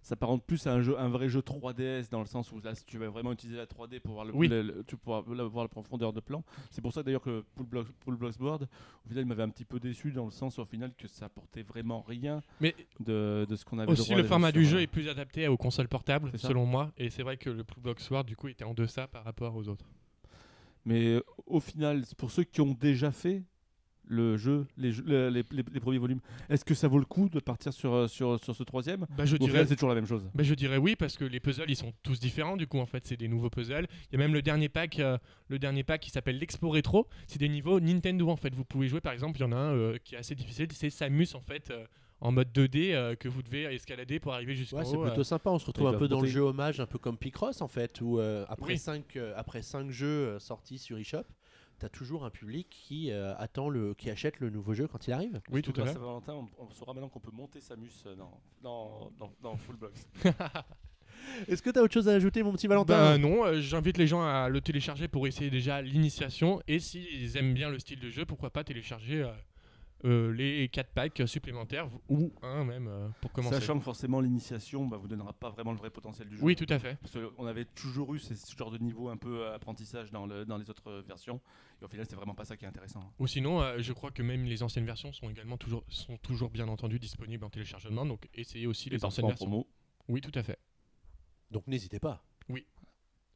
ça parente plus à un, jeu, un vrai jeu 3DS dans le sens où là, si tu vas vraiment utiliser la 3D pour voir, le,
Oui.
le- le- tu pourras la- voir la profondeur de plan. C'est pour ça d'ailleurs que Full Blocks, Full Blocks Board, au final, il m'avait un petit peu déçu dans le sens au final que ça apportait vraiment rien
Mais
de, de ce qu'on avait
aussi,
droit
le
déjà
format
sur,
du
euh,
jeu est plus adapté aux consoles portables,
C'est ça.
selon moi. Et c'est vrai que le Full Block Sword, du coup, était en deçà par rapport aux autres.
Mais euh, au final, c'est pour ceux qui ont déjà fait le jeu, les, jeux- le- les, les- les premiers volumes, est-ce que ça vaut le coup de partir sur, euh, sur, sur ce troisième
Bah, je
Au
dirais.
final, c'est toujours la même chose.
Bah, je dirais oui parce que les puzzles ils sont tous différents du coup en fait c'est des nouveaux puzzles. Il y a même le dernier pack euh, le dernier pack qui s'appelle l'Expo Retro, c'est des niveaux Nintendo en fait. Vous pouvez jouer par exemple, il y en a un euh, qui est assez difficile, c'est Samus en fait euh, en mode 2D euh, que vous devez escalader pour arriver jusqu'en
oh Ouais, c'est
haut. euh.
plutôt sympa. On se retrouve
ils
un
doivent
peu dans le
monter.
jeu hommage, un peu comme Picross en fait, où euh, après
Oui.
5 après cinq jeux euh, sortis sur eShop, t'as toujours un public qui euh, attend le, qui achète le nouveau jeu quand il arrive.
Oui,
Surtout
tout à
grâce
fait.
Valentin, on, on saura maintenant qu'on peut monter Samus euh, dans, dans, dans, dans Full Box.
Est-ce que t'as autre chose à ajouter, mon petit Valentin
Bah non, euh, j'invite les gens à le télécharger pour essayer déjà l'initiation et s'ils aiment bien le style de jeu, pourquoi pas télécharger euh, euh, les 4 packs supplémentaires ou un même euh, pour commencer.
Sachant que forcément l'initiation bah, vous donnera pas vraiment le vrai potentiel du jeu.
Oui, tout à fait.
Parce qu'on avait toujours eu ce ce genre de niveau un peu euh, apprentissage dans, le, dans les autres euh, versions. Et au final, c'est vraiment pas ça qui est intéressant.
Ou sinon, euh, je crois que même les anciennes versions sont également toujours, sont toujours bien entendu disponibles en téléchargement, donc essayez aussi les
parfois
anciennes
en
versions.
promo.
Oui, tout à fait.
Donc n'hésitez pas.
Oui.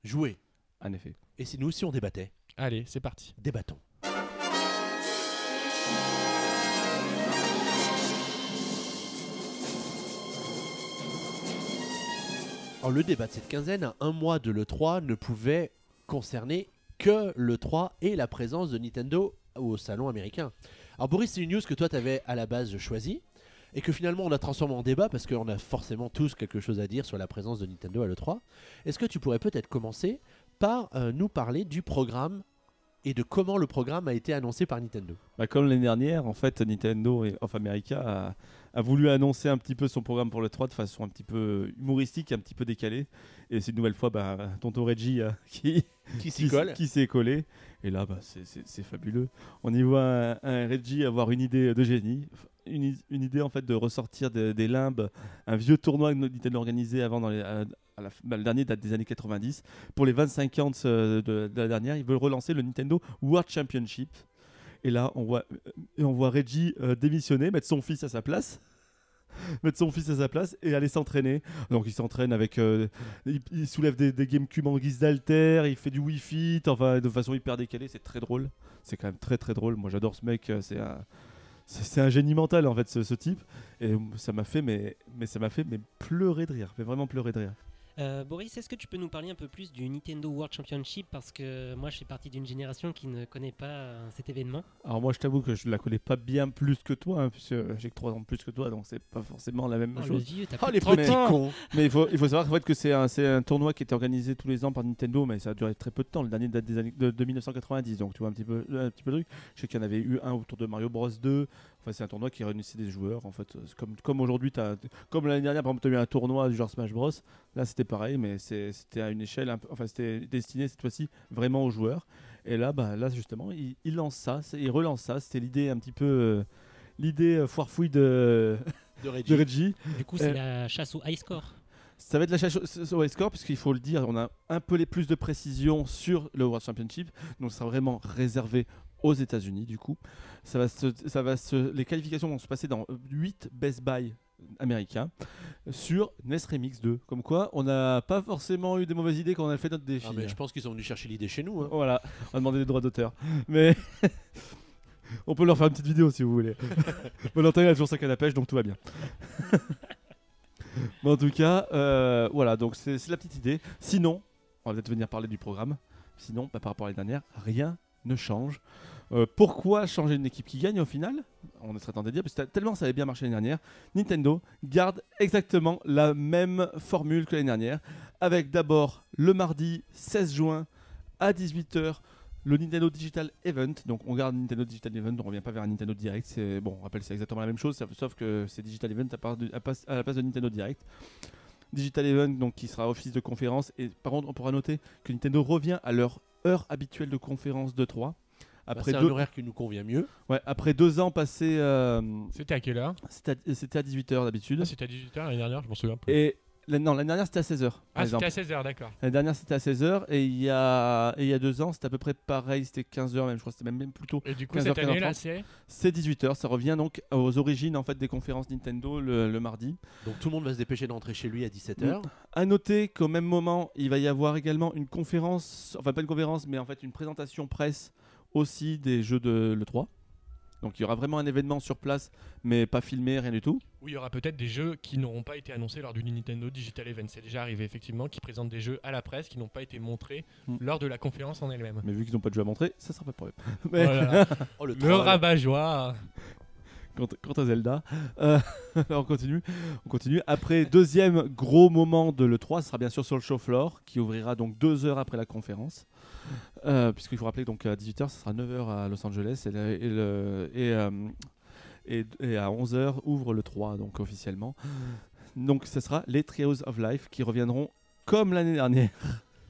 Jouez.
En effet.
Et si nous, si on débattait,
Allez, c'est parti.
débattons. Alors, le débat de cette quinzaine, à un mois de l'E3, ne pouvait concerner que l'E3 et la présence de Nintendo au salon américain. Alors, Boris, c'est une news que toi, t'avais à la base choisie, et que finalement, on a transformé en débat parce qu'on a forcément tous quelque chose à dire sur la présence de Nintendo à l'E3. Est-ce que tu pourrais peut-être commencer par euh, nous parler du programme et de comment le programme a été annoncé par Nintendo
Bah, comme l'année dernière, en fait, Nintendo et of America a, a voulu annoncer un petit peu son programme pour le 3 de façon un petit peu humoristique, un petit peu décalée. Et c'est une nouvelle fois bah, Tonton Reggie euh, qui,
Qui
qui, qui s'est collé. Et là, bah, c'est- c'est c'est fabuleux. On y voit un, un Reggie avoir une idée de génie. Une, i- une idée en fait de ressortir de- des limbes, un vieux tournoi que Nintendo organisait avant, dans les- à- à la f- bah, le dernier date des années 90. Pour les 25 ans de, de- de la dernière, ils veulent relancer le Nintendo World Championship. Et là, on voit, et on voit Reggie euh, démissionner, mettre son fils à sa place. Mettre son fils à sa place et aller s'entraîner. Donc il s'entraîne avec euh, il, il soulève des, des GameCube en guise d'alter, il fait du Wi-Fi, enfin de façon hyper décalée, c'est très drôle. C'est quand même très très drôle. Moi j'adore ce mec, euh, c'est un, c'est c'est un génie mental en fait ce, ce type. Et ça m'a fait mais, mais ça m'a fait mais pleurer de rire, mais vraiment pleurer de rire.
Euh, Boris, est-ce que tu peux nous parler un peu plus du Nintendo World Championship Parce que moi, je fais partie d'une génération qui ne connaît pas euh, cet événement.
Alors moi je t'avoue que je la connais pas bien plus que toi, hein, puisque j'ai que 3 ans de plus que toi, donc c'est pas forcément la même
Oh, le
chose.
vieux, t'as
Oh
plus
les
de 30
petits
ans.
cons
Mais il faut, il faut savoir en fait, que c'est un, c'est un tournoi qui était organisé tous les ans par Nintendo, mais ça a duré très peu de temps. Le dernier date des années, de, de 1990, donc tu vois un petit peu, un petit peu le truc. Je sais qu'il y en avait eu un autour de Mario Bros 2. Enfin, c'est un tournoi qui réunissait des joueurs. En fait, C'est comme, comme aujourd'hui, t'as- comme l'année dernière, par exemple, tu as eu un tournoi du genre Smash Bros. Là, c'était pareil, mais c'est- c'était à une échelle, un peu- enfin, c'était destiné cette fois-ci vraiment aux joueurs. Et là, bah, là justement, il, il lance ça, c'est- il relance ça. C'était l'idée un petit peu, euh, l'idée euh, foire fouille de,
de Reggie.
de Reggie.
Du coup, c'est
Euh,
la chasse au high score.
Ça va être la chasse au- s- au high score, puisqu'il faut le dire, on a un peu les plus de précision sur le World Championship. Donc, ça sera vraiment réservé aux États-Unis, du coup. Ça va se- ça va se- les qualifications vont se passer dans 8 Best Buy américain sur NES Remix 2. Comme quoi, on n'a pas forcément eu des mauvaises idées quand on a fait notre défi.
Ah, mais je pense qu'ils sont venus chercher l'idée chez nous. hein.
Voilà, on a demandé des droits d'auteur. Mais on peut leur faire une petite vidéo si vous voulez. Valentin il a toujours sa canne à pêche, donc tout va bien. mais en tout cas, euh, voilà, donc c'est c'est la petite idée. Sinon, on va peut-être venir parler du programme. Sinon, bah, par rapport à l'année dernière, rien ne change. Euh, pourquoi changer une équipe qui gagne au final On serait tenté de dire, parce que tellement ça avait bien marché l'année dernière, Nintendo garde exactement la même formule que l'année dernière, avec d'abord le mardi 16 juin à 18h le Nintendo Digital Event. Donc on garde Nintendo Digital Event, on revient pas vers un Nintendo Direct. C'est bon, on rappelle c'est exactement la même chose, sauf- sauf que c'est Digital Event à, part de- à pas- à la place de Nintendo Direct. Digital Event donc qui sera office de conférence et par contre on pourra noter que Nintendo revient à leur heure habituelle de conférence de 3
Bah,
après
c'est un
deux
horaire qui nous convient mieux.
ouais, après deux ans passés euh,
C'était à quelle heure
c'était à- c'était à 18h d'habitude
Ah, C'était à 18h l'année dernière, je m'en souviens plus.
et la- non l'année dernière c'était à 16h par
Ah,
exemple
c'était à 16h, d'accord.
L'année dernière c'était à 16h et il y a et il y a deux ans c'était à peu près pareil c'était 15h même je crois que c'était même, même plus tôt
Et du coup, cette
15h15,
année, là, c'est
C'est 18h, ça revient donc aux origines en fait des conférences Nintendo le, le mardi.
Donc tout le monde va se dépêcher d'entrer chez lui à 17h.
À noter qu'au même moment, il va y avoir également une conférence, enfin pas une conférence, mais en fait une présentation presse aussi des jeux de l'E3. Donc il y aura vraiment un événement sur place, mais pas filmé, rien du tout.
où il y aura peut-être des jeux qui n'auront pas été annoncés lors du Nintendo Digital Event. C'est déjà arrivé, effectivement, qui présentent des jeux à la presse qui n'ont pas été montrés
Mm.
lors de la conférence en elle-même.
Mais vu qu'ils n'ont pas de jeu à montrer, ça sera pas de problème. Mais
Voilà.
Oh, le
Le
troll.
rabat-joie
quant, quant à Zelda, euh, on continue. On continue. Après deuxième gros moment de l'E3, ce sera bien sûr sur le show floor, qui ouvrira donc deux heures après la conférence. Euh, Puisqu'il faut rappeler que donc à 18h, ce sera 9h à Los Angeles et, le- et le- et, euh, et- et à 11h ouvre le 3 donc officiellement. Donc ce sera les Trios of Life qui reviendront comme l'année dernière,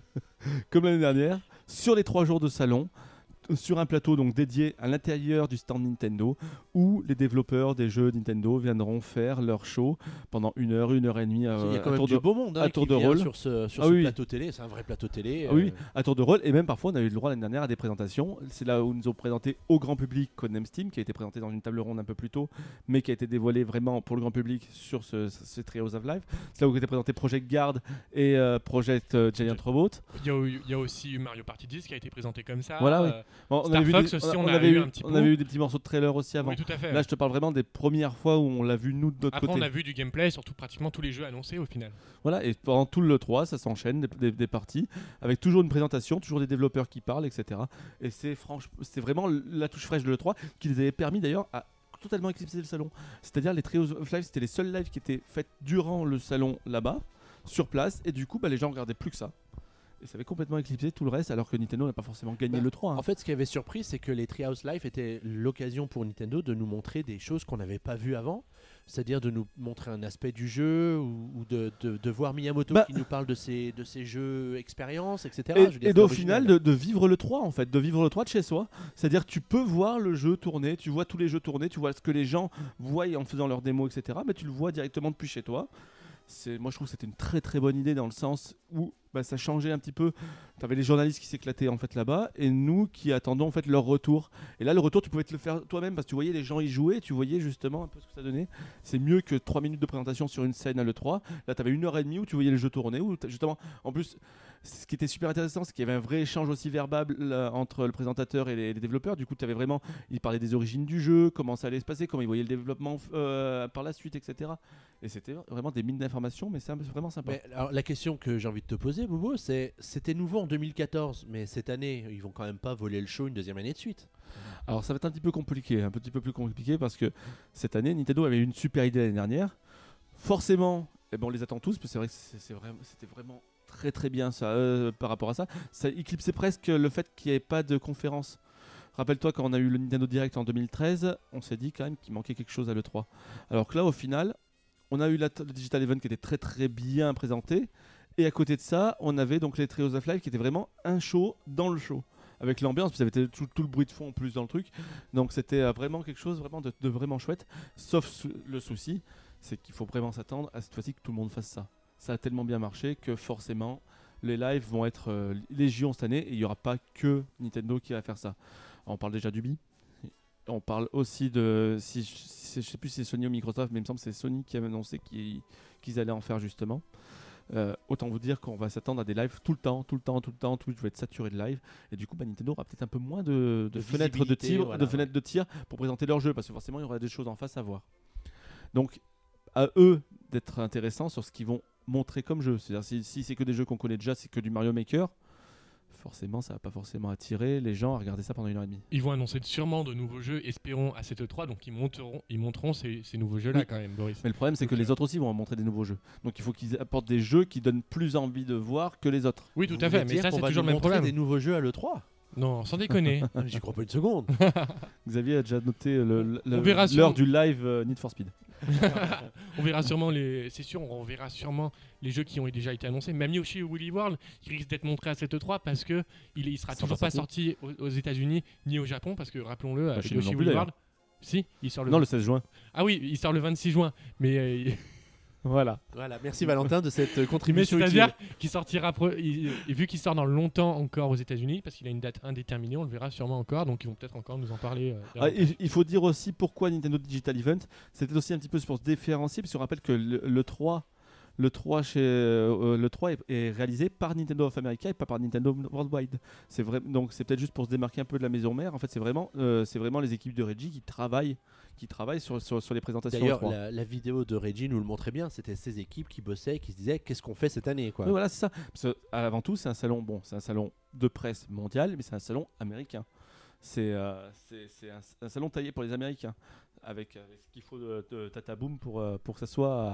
comme l'année dernière, sur les trois jours de salon, sur un plateau donc dédié à l'intérieur du stand Nintendo où les développeurs des jeux Nintendo viendront faire leur show pendant une heure, une heure et demie
Il y
euh,
a
à
quand même
tour
du
de,
beau monde hein,
à tour
qui
de
vient
rôle.
sur ce, sur
Ah
ce
oui.
plateau télé. C'est un vrai plateau télé. euh,
Ah oui. à tour de rôle et même parfois on a eu le droit l'année dernière à des présentations. C'est là où ils nous ont présenté au grand public Codename Steam qui a été présenté dans une table ronde un peu plus tôt mais qui a été dévoilé vraiment pour le grand public sur ce, ce Trios of Life. C'est là où a été présenté Project Guard et euh, Project euh, Giant Robot.
Il y, a eu- il y a aussi eu Mario Party 10 qui a été présenté comme ça. Euh,
Voilà, oui. Bon,
Star Fox aussi, on a
avait
eu
eu-
un petit
on
bout.
avait eu des petits morceaux de trailer aussi avant.
oui, tout à fait.
Là, je te parle vraiment des premières fois où on l'a vu nous de notre
Après,
côté.
on a vu du gameplay, surtout pratiquement tous les jeux annoncés au final.
Voilà, et pendant tout le 3, ça s'enchaîne des, des- des parties, avec toujours une présentation, toujours des développeurs qui parlent, etc. Et c'est franche, c'est vraiment la touche fraîche de l'E3 qui les avait permis d'ailleurs à totalement éclipser le salon. C'est-à-dire les Trios of Life, c'était les seuls lives qui étaient faits durant le salon là-bas, sur place, et du coup, bah, les gens regardaient plus que ça. Et ça avait complètement éclipsé tout le reste, alors que Nintendo n'a pas forcément gagné
Bah,
le 3. hein.
En fait, ce qui avait surpris, c'est que les Treehouse Life étaient l'occasion pour Nintendo de nous montrer des choses qu'on n'avait pas vues avant. C'est-à-dire de nous montrer un aspect du jeu ou, ou de, de- de voir Miyamoto
Bah.
qui nous parle de ses, de ses jeux expériences, etc. Je veux
Et,
dire,
et
c'est
au
original.
final, de, de vivre le 3, en fait, de vivre le 3 de chez soi. C'est-à-dire, tu peux voir le jeu tourner, tu vois tous les jeux tourner, tu vois ce que les gens voient en faisant leurs démos, etc. Mais tu le vois directement depuis chez toi. C'est, moi, je trouve que c'était une très très bonne idée dans le sens où bah, ça changeait un petit peu. Tu avais les journalistes qui s'éclataient en fait là-bas et nous qui attendons en fait leur retour. Et là, le retour, tu pouvais te le faire toi-même parce que tu voyais les gens y jouer, tu voyais justement un peu ce que ça donnait. C'est mieux que 3 minutes de présentation sur une scène à l'E3. Là, tu avais une heure et demie où tu voyais le jeu tourner, où t'as- justement, en plus, ce qui était super intéressant, c'est qu'il y avait un vrai échange aussi verbal euh, entre le présentateur et les, les développeurs. Du coup, tu avais vraiment, ils parlaient des origines du jeu, comment ça allait se passer, comment ils voyaient le développement euh, par la suite, etc. Et c'était vraiment des mines d'informations, mais c'est un- c'est vraiment sympa.
Mais alors, la question que j'ai envie de te poser, Bobo, c'est c'était nouveau en 2014, mais cette année, ils vont quand même pas voler le show une deuxième année de suite.
Alors ça va être un petit peu compliqué, un petit peu plus compliqué parce que cette année, Nintendo avait eu une super idée l'année dernière. Forcément, eh ben, on les attend tous, parce que c'est vrai que c'est- c'est vraiment- c'était vraiment très très bien ça, euh, par rapport à ça. Ça éclipsait presque le fait qu'il n'y avait pas de conférence. Rappelle-toi quand on a eu le Nintendo Direct en 2013, on s'est dit quand même qu'il manquait quelque chose à l'E3. Alors que là, au final, on a eu la- le Digital Event qui était très très bien présenté. Et à côté de ça, on avait donc les Trios of Life qui étaient vraiment un show dans le show. Avec l'ambiance, puis ça avait été tout, tout le bruit de fond en plus dans le truc. Donc c'était euh, vraiment quelque chose vraiment de, de vraiment chouette. Sauf sou- le souci, c'est qu'il faut vraiment s'attendre à cette fois-ci que tout le monde fasse ça. Ça a tellement bien marché que forcément, les lives vont être euh, légion cette année et il n'y aura pas que Nintendo qui va faire ça. On parle déjà d'Ubi. On parle aussi de. Si, si- je sais plus si c'est Sony ou Microsoft, mais il me semble que c'est Sony qui a annoncé qu'ils qu'ils allaient en faire justement. Euh, autant vous dire qu'on va s'attendre à des lives tout le temps, tout le temps, tout le temps. Twitch va être saturé de live. Et du coup, bah, Nintendo aura peut-être un peu moins de, de
De
fenêtres de
visibilité,
tir,
voilà,
de fenêtres de tir pour présenter leur jeu, parce que forcément, il y aura des choses en face à voir. Donc, à eux d'être intéressants sur ce qu'ils vont montrer comme jeu. C'est-à-dire, si, si c'est que des jeux qu'on connaît déjà, c'est que du Mario Maker, forcément, ça va pas forcément attirer les gens à regarder ça pendant une heure et demie.
Ils vont annoncer sûrement de nouveaux jeux, espérons, à cette E3, donc ils monteront, ils monteront ces, ces nouveaux jeux-là
Oui.
quand même, Boris.
Mais le problème, c'est que
Donc,
les autres aussi vont en montrer des nouveaux jeux. Donc il faut qu'ils apportent des jeux qui donnent plus envie de voir que les autres.
Oui, tout à fait, mais ça, c'est toujours le même problème.
des nouveaux jeux à l'E3
Non, sans déconner.
J'y crois pas une seconde.
Xavier a déjà noté le- le-
On verra sur-
l'heure du live euh, Need for Speed.
on verra sûrement les. C'est sûr, on verra sûrement les jeux qui ont déjà été annoncés. Même Yoshi Willy World, qui risque d'être montré à cette E3 parce que il, il sera
Ils sont
toujours
pas Bah,
pas sorti aux, aux États-Unis ni au Japon, parce que rappelons-le, avec
chez nous
Yoshi
non plus,
Willy World. Si, il sort le.
Non, le 16 juin.
Ah oui, il sort le 26 juin, mais. euh,
Voilà.
Voilà, merci Valentin de cette euh,
Mais
contribution.
c'est-à-dire qu'il sortira, pro- il- il- vu qu'il sort dans longtemps encore aux États-Unis, parce qu'il a une date indéterminée, on le verra sûrement encore, donc ils vont peut-être encore nous en parler. euh,
Ah, il, il faut dire aussi pourquoi Nintendo Digital Event. C'était aussi un petit peu pour se différencier, parce qu'on rappelle que le, le 3. Le 3, chez, euh, le 3 est, est réalisé par Nintendo of America et pas par Nintendo Worldwide. C'est vrai, donc c'est peut-être juste pour se démarquer un peu de la maison mère. En fait, c'est vraiment, euh, c'est vraiment les équipes de Reggie qui travaillent, qui travaillent sur, sur, sur les présentations.
D'ailleurs,
3.
la, la vidéo de Reggie nous le montrait bien. C'était ses équipes qui bossaient, qui se disaient qu'est-ce qu'on fait cette année, quoi.
Oui, voilà, c'est ça. Parce que, avant tout, c'est un salon, bon, c'est un salon de presse mondial, mais c'est un salon américain. C'est euh, c'est- c'est un, un salon taillé pour les Américains, avec, avec ce qu'il faut de, de tataboum pour, euh, pour que ça soit. euh,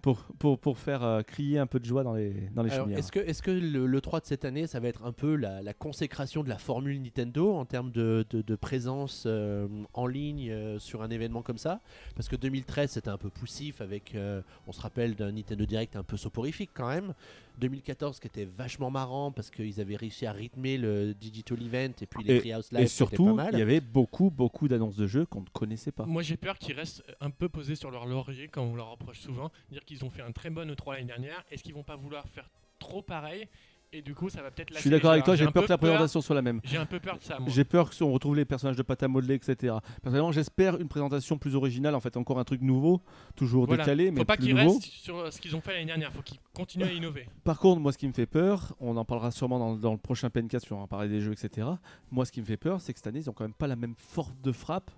pour, pour, pour faire euh, crier un peu de joie dans les, dans les
Alors,
chaumières.
est-ce que, est-ce que le, le 3 de cette année, ça va être un peu la, la consécration de la formule Nintendo en termes de, de- de présence euh, en ligne euh, sur un événement comme ça Parce que 2013, c'était un peu poussif avec, euh, on se rappelle d'un Nintendo Direct un peu soporifique quand même. 2014, qui était vachement marrant parce qu'ils avaient réussi à rythmer le Digital Event et puis les
Et-
Treehouse Live.
Et
c'était pas
surtout,
mal.
il y avait beaucoup, beaucoup d'annonces de jeux qu'on ne connaissait pas.
Moi j'ai peur qu'ils restent un peu posés sur leur laurier, comme on leur reproche souvent, dire qu'ils ont fait un très bon E3 l'année dernière, est-ce qu'ils vont pas vouloir faire trop pareil Et du coup ça va peut-être
Je
lasser
suis
les
d'accord avec
gens.
toi, j'ai
un
peur
peu
que la présentation soit la même.
J'ai un peu peur de ça, moi.
J'ai peur qu'on retrouve les personnages de pâte à modeler, etc. Personnellement, j'espère une présentation plus originale, en fait, encore un truc nouveau, toujours
Voilà.
décalé, mais
Faut pas
plus
qu'ils
nouveau.
restent sur euh, ce qu'ils ont fait l'année dernière, faut qu'ils continuent à innover.
Par contre, moi, ce qui me fait peur, on en parlera sûrement dans, dans le prochain PNCast, on va en parler des jeux, etc. Moi, ce qui me fait peur, c'est que cette année, ils ont quand même pas la même force de frappe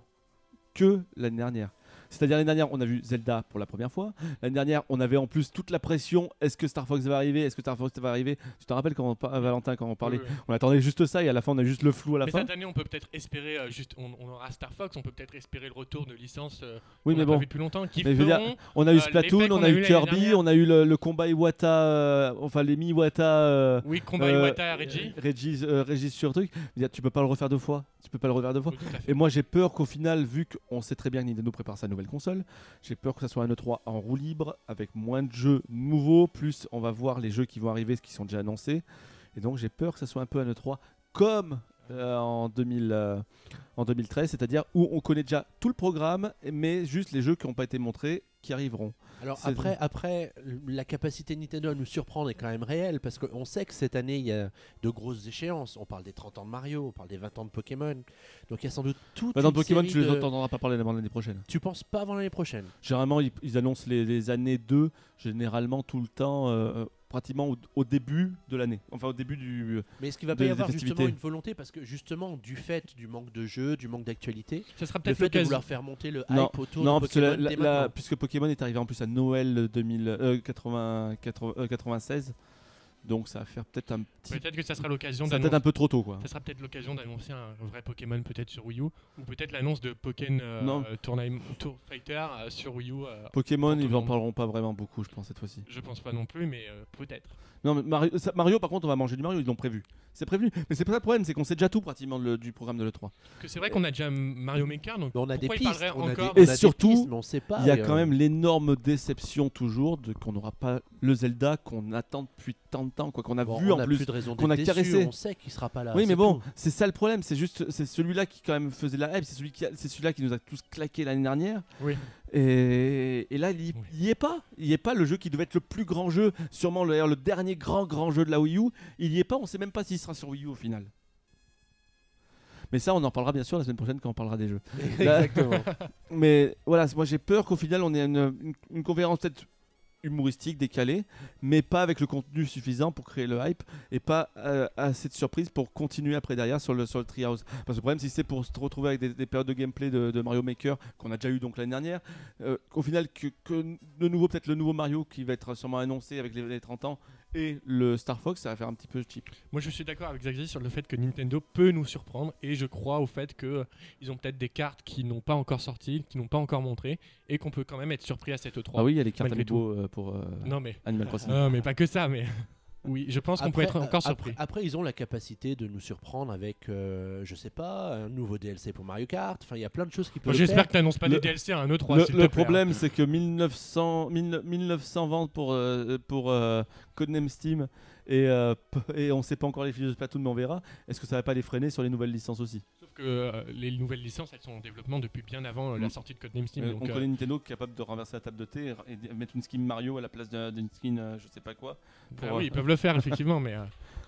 que l'année dernière. C'est-à-dire, l'année dernière, on a vu Zelda pour la première fois. L'année dernière, on avait en plus toute la pression est-ce que Star Fox va arriver Est-ce que Star Fox va arriver Tu te rappelles, quand on, par- Valentin, quand on parlait
Oui, oui.
On attendait juste ça et à la fin, on a juste le flou à la
Mm. Euh, Mais
fin.
cette année on peut peut-être espérer, euh, juste, on, on aura Star Fox, on peut peut-être espérer le retour de licences euh,
Oui,
qu'on
mais
a pas
bon.
vues depuis longtemps, qui
Mais je veux dire,
feront-
On a eu
Euh,
Splatoon,
l'effet
on
qu'on
a
a
eu
eu l'année
Kirby,
dernière.
on a eu le, le combat Iwata, euh, enfin l'Emi Iwata. euh,
Oui, combat
euh,
Iwata et Reggie.
Reggie, euh, Reggie sur truc. Je veux dire, Tu peux pas le refaire deux fois. Tu peux pas le refaire deux fois.
Oui, tout à fait.
Et moi j'ai peur qu'au final, vu qu'on sait très bien que Nintendo prépare sa nouvelle console, j'ai peur que ça soit un E3 en roue libre, avec moins de jeux nouveaux, plus on va voir les jeux qui vont arriver, ce qui sont déjà annoncés. Et donc j'ai peur que ça soit un peu un E3 comme euh, en, 2000, euh, en 2013, c'est-à-dire où on connaît déjà tout le programme, mais juste les jeux qui n'ont pas été montrés qui arriveront.
Alors
C'est-
après, après, la capacité de Nintendo à nous surprendre est quand même réelle parce qu'on sait que cette année il y a de grosses échéances. On parle des 30 ans de Mario, on parle des 20 ans de Pokémon. Donc il y a sans doute tout.
Bah, dans Pokémon, tu les entendras pas parler avant l'année prochaine.
Tu penses pas avant l'année prochaine
Généralement, ils, ils annoncent les, les années 2, généralement tout le temps, euh, pratiquement au, au début de l'année. Enfin, au début du. euh,
Mais est-ce qu'il va
De-
pas y
des
avoir justement
festivités.
une volonté parce que justement du fait du manque de jeux, du manque d'actualité,
Ce sera
le
peut-être
fait de
l'occasion.
vouloir faire monter le hype
Non,
autour
Non,
de
parce que la-
Pokémon dès
la- la-
maintenant.
puisque Pokémon est arrivé en plus à Noël 2000, euh, 80, 80, euh, 96, donc ça va faire peut-être un petit.
Peut-être que ça sera l'occasion
ça va peut-être un
d'annoncer.
peu trop tôt,
Hein.
quoi.
Ça sera peut-être l'occasion d'annoncer un vrai Pokémon peut-être sur Wii U ou peut-être l'annonce de Pokémon euh,
Non.
euh, Tournai- Tour Fighter euh, sur Wii U. euh,
Pokémon,
Pour tout
ils
le
en
monde.
parleront pas vraiment beaucoup, je pense, cette fois-ci.
je pense pas non plus, mais euh, peut-être.
Non, mais Mario, ça- Mario, par contre, on va manger du Mario, ils l'ont prévu. C'est prévu. Mais c'est pas ça le problème, c'est qu'on sait déjà tout pratiquement le- du programme de l'E3.
Parce Que c'est vrai qu'on a déjà Mario Maker, donc
Mais Bah, on a des
pourquoi il
pistes,
parlerait
on a des,
encore
on
Et
a des
surtout,
pistes, mais on sait pas.
Il y a
euh,
quand même l'énorme déception toujours de qu'on n'aura pas le Zelda qu'on attend depuis tant de temps, quoi qu'on a
bon,
vu
on
en
a
plus.
plus de raison
qu'on
d'être
a
déçu,
caressé.
On sait qu'il sera pas là.
oui,
c'est
mais bon,
tout.
c'est ça le problème. C'est juste, c'est celui-là qui quand même faisait la hype. C'est celui qui, a- c'est celui-là qui nous a tous claqué l'année dernière.
Oui.
Et, et là, il y,
Oui.
il y est pas. Il y est pas le jeu qui devait être le plus grand jeu, sûrement le, d'ailleurs, le dernier grand grand jeu de la Wii U. Il y est pas. On sait même pas s'il sera sur Wii U au final. Mais ça, on en parlera bien sûr la semaine prochaine quand on parlera des jeux.
Exactement.
Mais voilà, moi j'ai peur qu'au final on ait une, une- une conférence peut-être humoristique, décalée, mais pas avec le contenu suffisant pour créer le hype et pas euh, assez de surprises pour continuer après derrière sur le, sur le Treehouse. Parce que le problème, si c'est pour se retrouver avec des, des périodes de gameplay de, de Mario Maker qu'on a déjà eu donc l'année dernière, euh, au final, que, que de nouveau, peut-être le nouveau Mario qui va être sûrement annoncé avec les, les 30 ans et le Star Fox, ça va faire un petit peu cheap.
Moi, je suis d'accord avec Xavier sur le fait que Nintendo peut nous surprendre et je crois au fait que euh, ils ont peut-être des cartes qui n'ont pas encore sorti, qui n'ont pas encore montré et qu'on peut quand même être surpris à cette E3.
Ah oui, il y a les cartes
Malgré
Amiibo euh, pour euh,
Non Euh, mais
Animal Crossing.
non mais pas que ça mais oui, je pense qu'on peut être
Après,
encore
euh,
surpris.
Après, après, ils ont la capacité de nous surprendre avec, euh, je sais pas, un nouveau DLC pour Mario Kart. Enfin, il y a plein de choses qui
Bon,
peuvent.
J'espère
faire.
que t'annonces pas
Le-
des DLC à un E3.
Le,
s'il te
le
plaît, hein.
problème, c'est que 1900, 1900 1900 ventes pour, euh, pour euh, Codename Steam et, euh, p- et on sait pas encore les fiches de Splatoon, mais on verra. Est-ce que ça va pas les freiner sur les nouvelles licences aussi
Sauf que euh, les nouvelles licences, elles sont en développement depuis bien avant euh, la
Mm.
sortie de Codename Steam.
Euh,
donc,
On
euh,
connaît Nintendo capable de renverser la table de thé et, et de mettre une skin Mario à la place d'un- d'une skin euh, je sais pas quoi.
bah
Pour,
oui,
euh,
ils peuvent le faire effectivement, mais euh,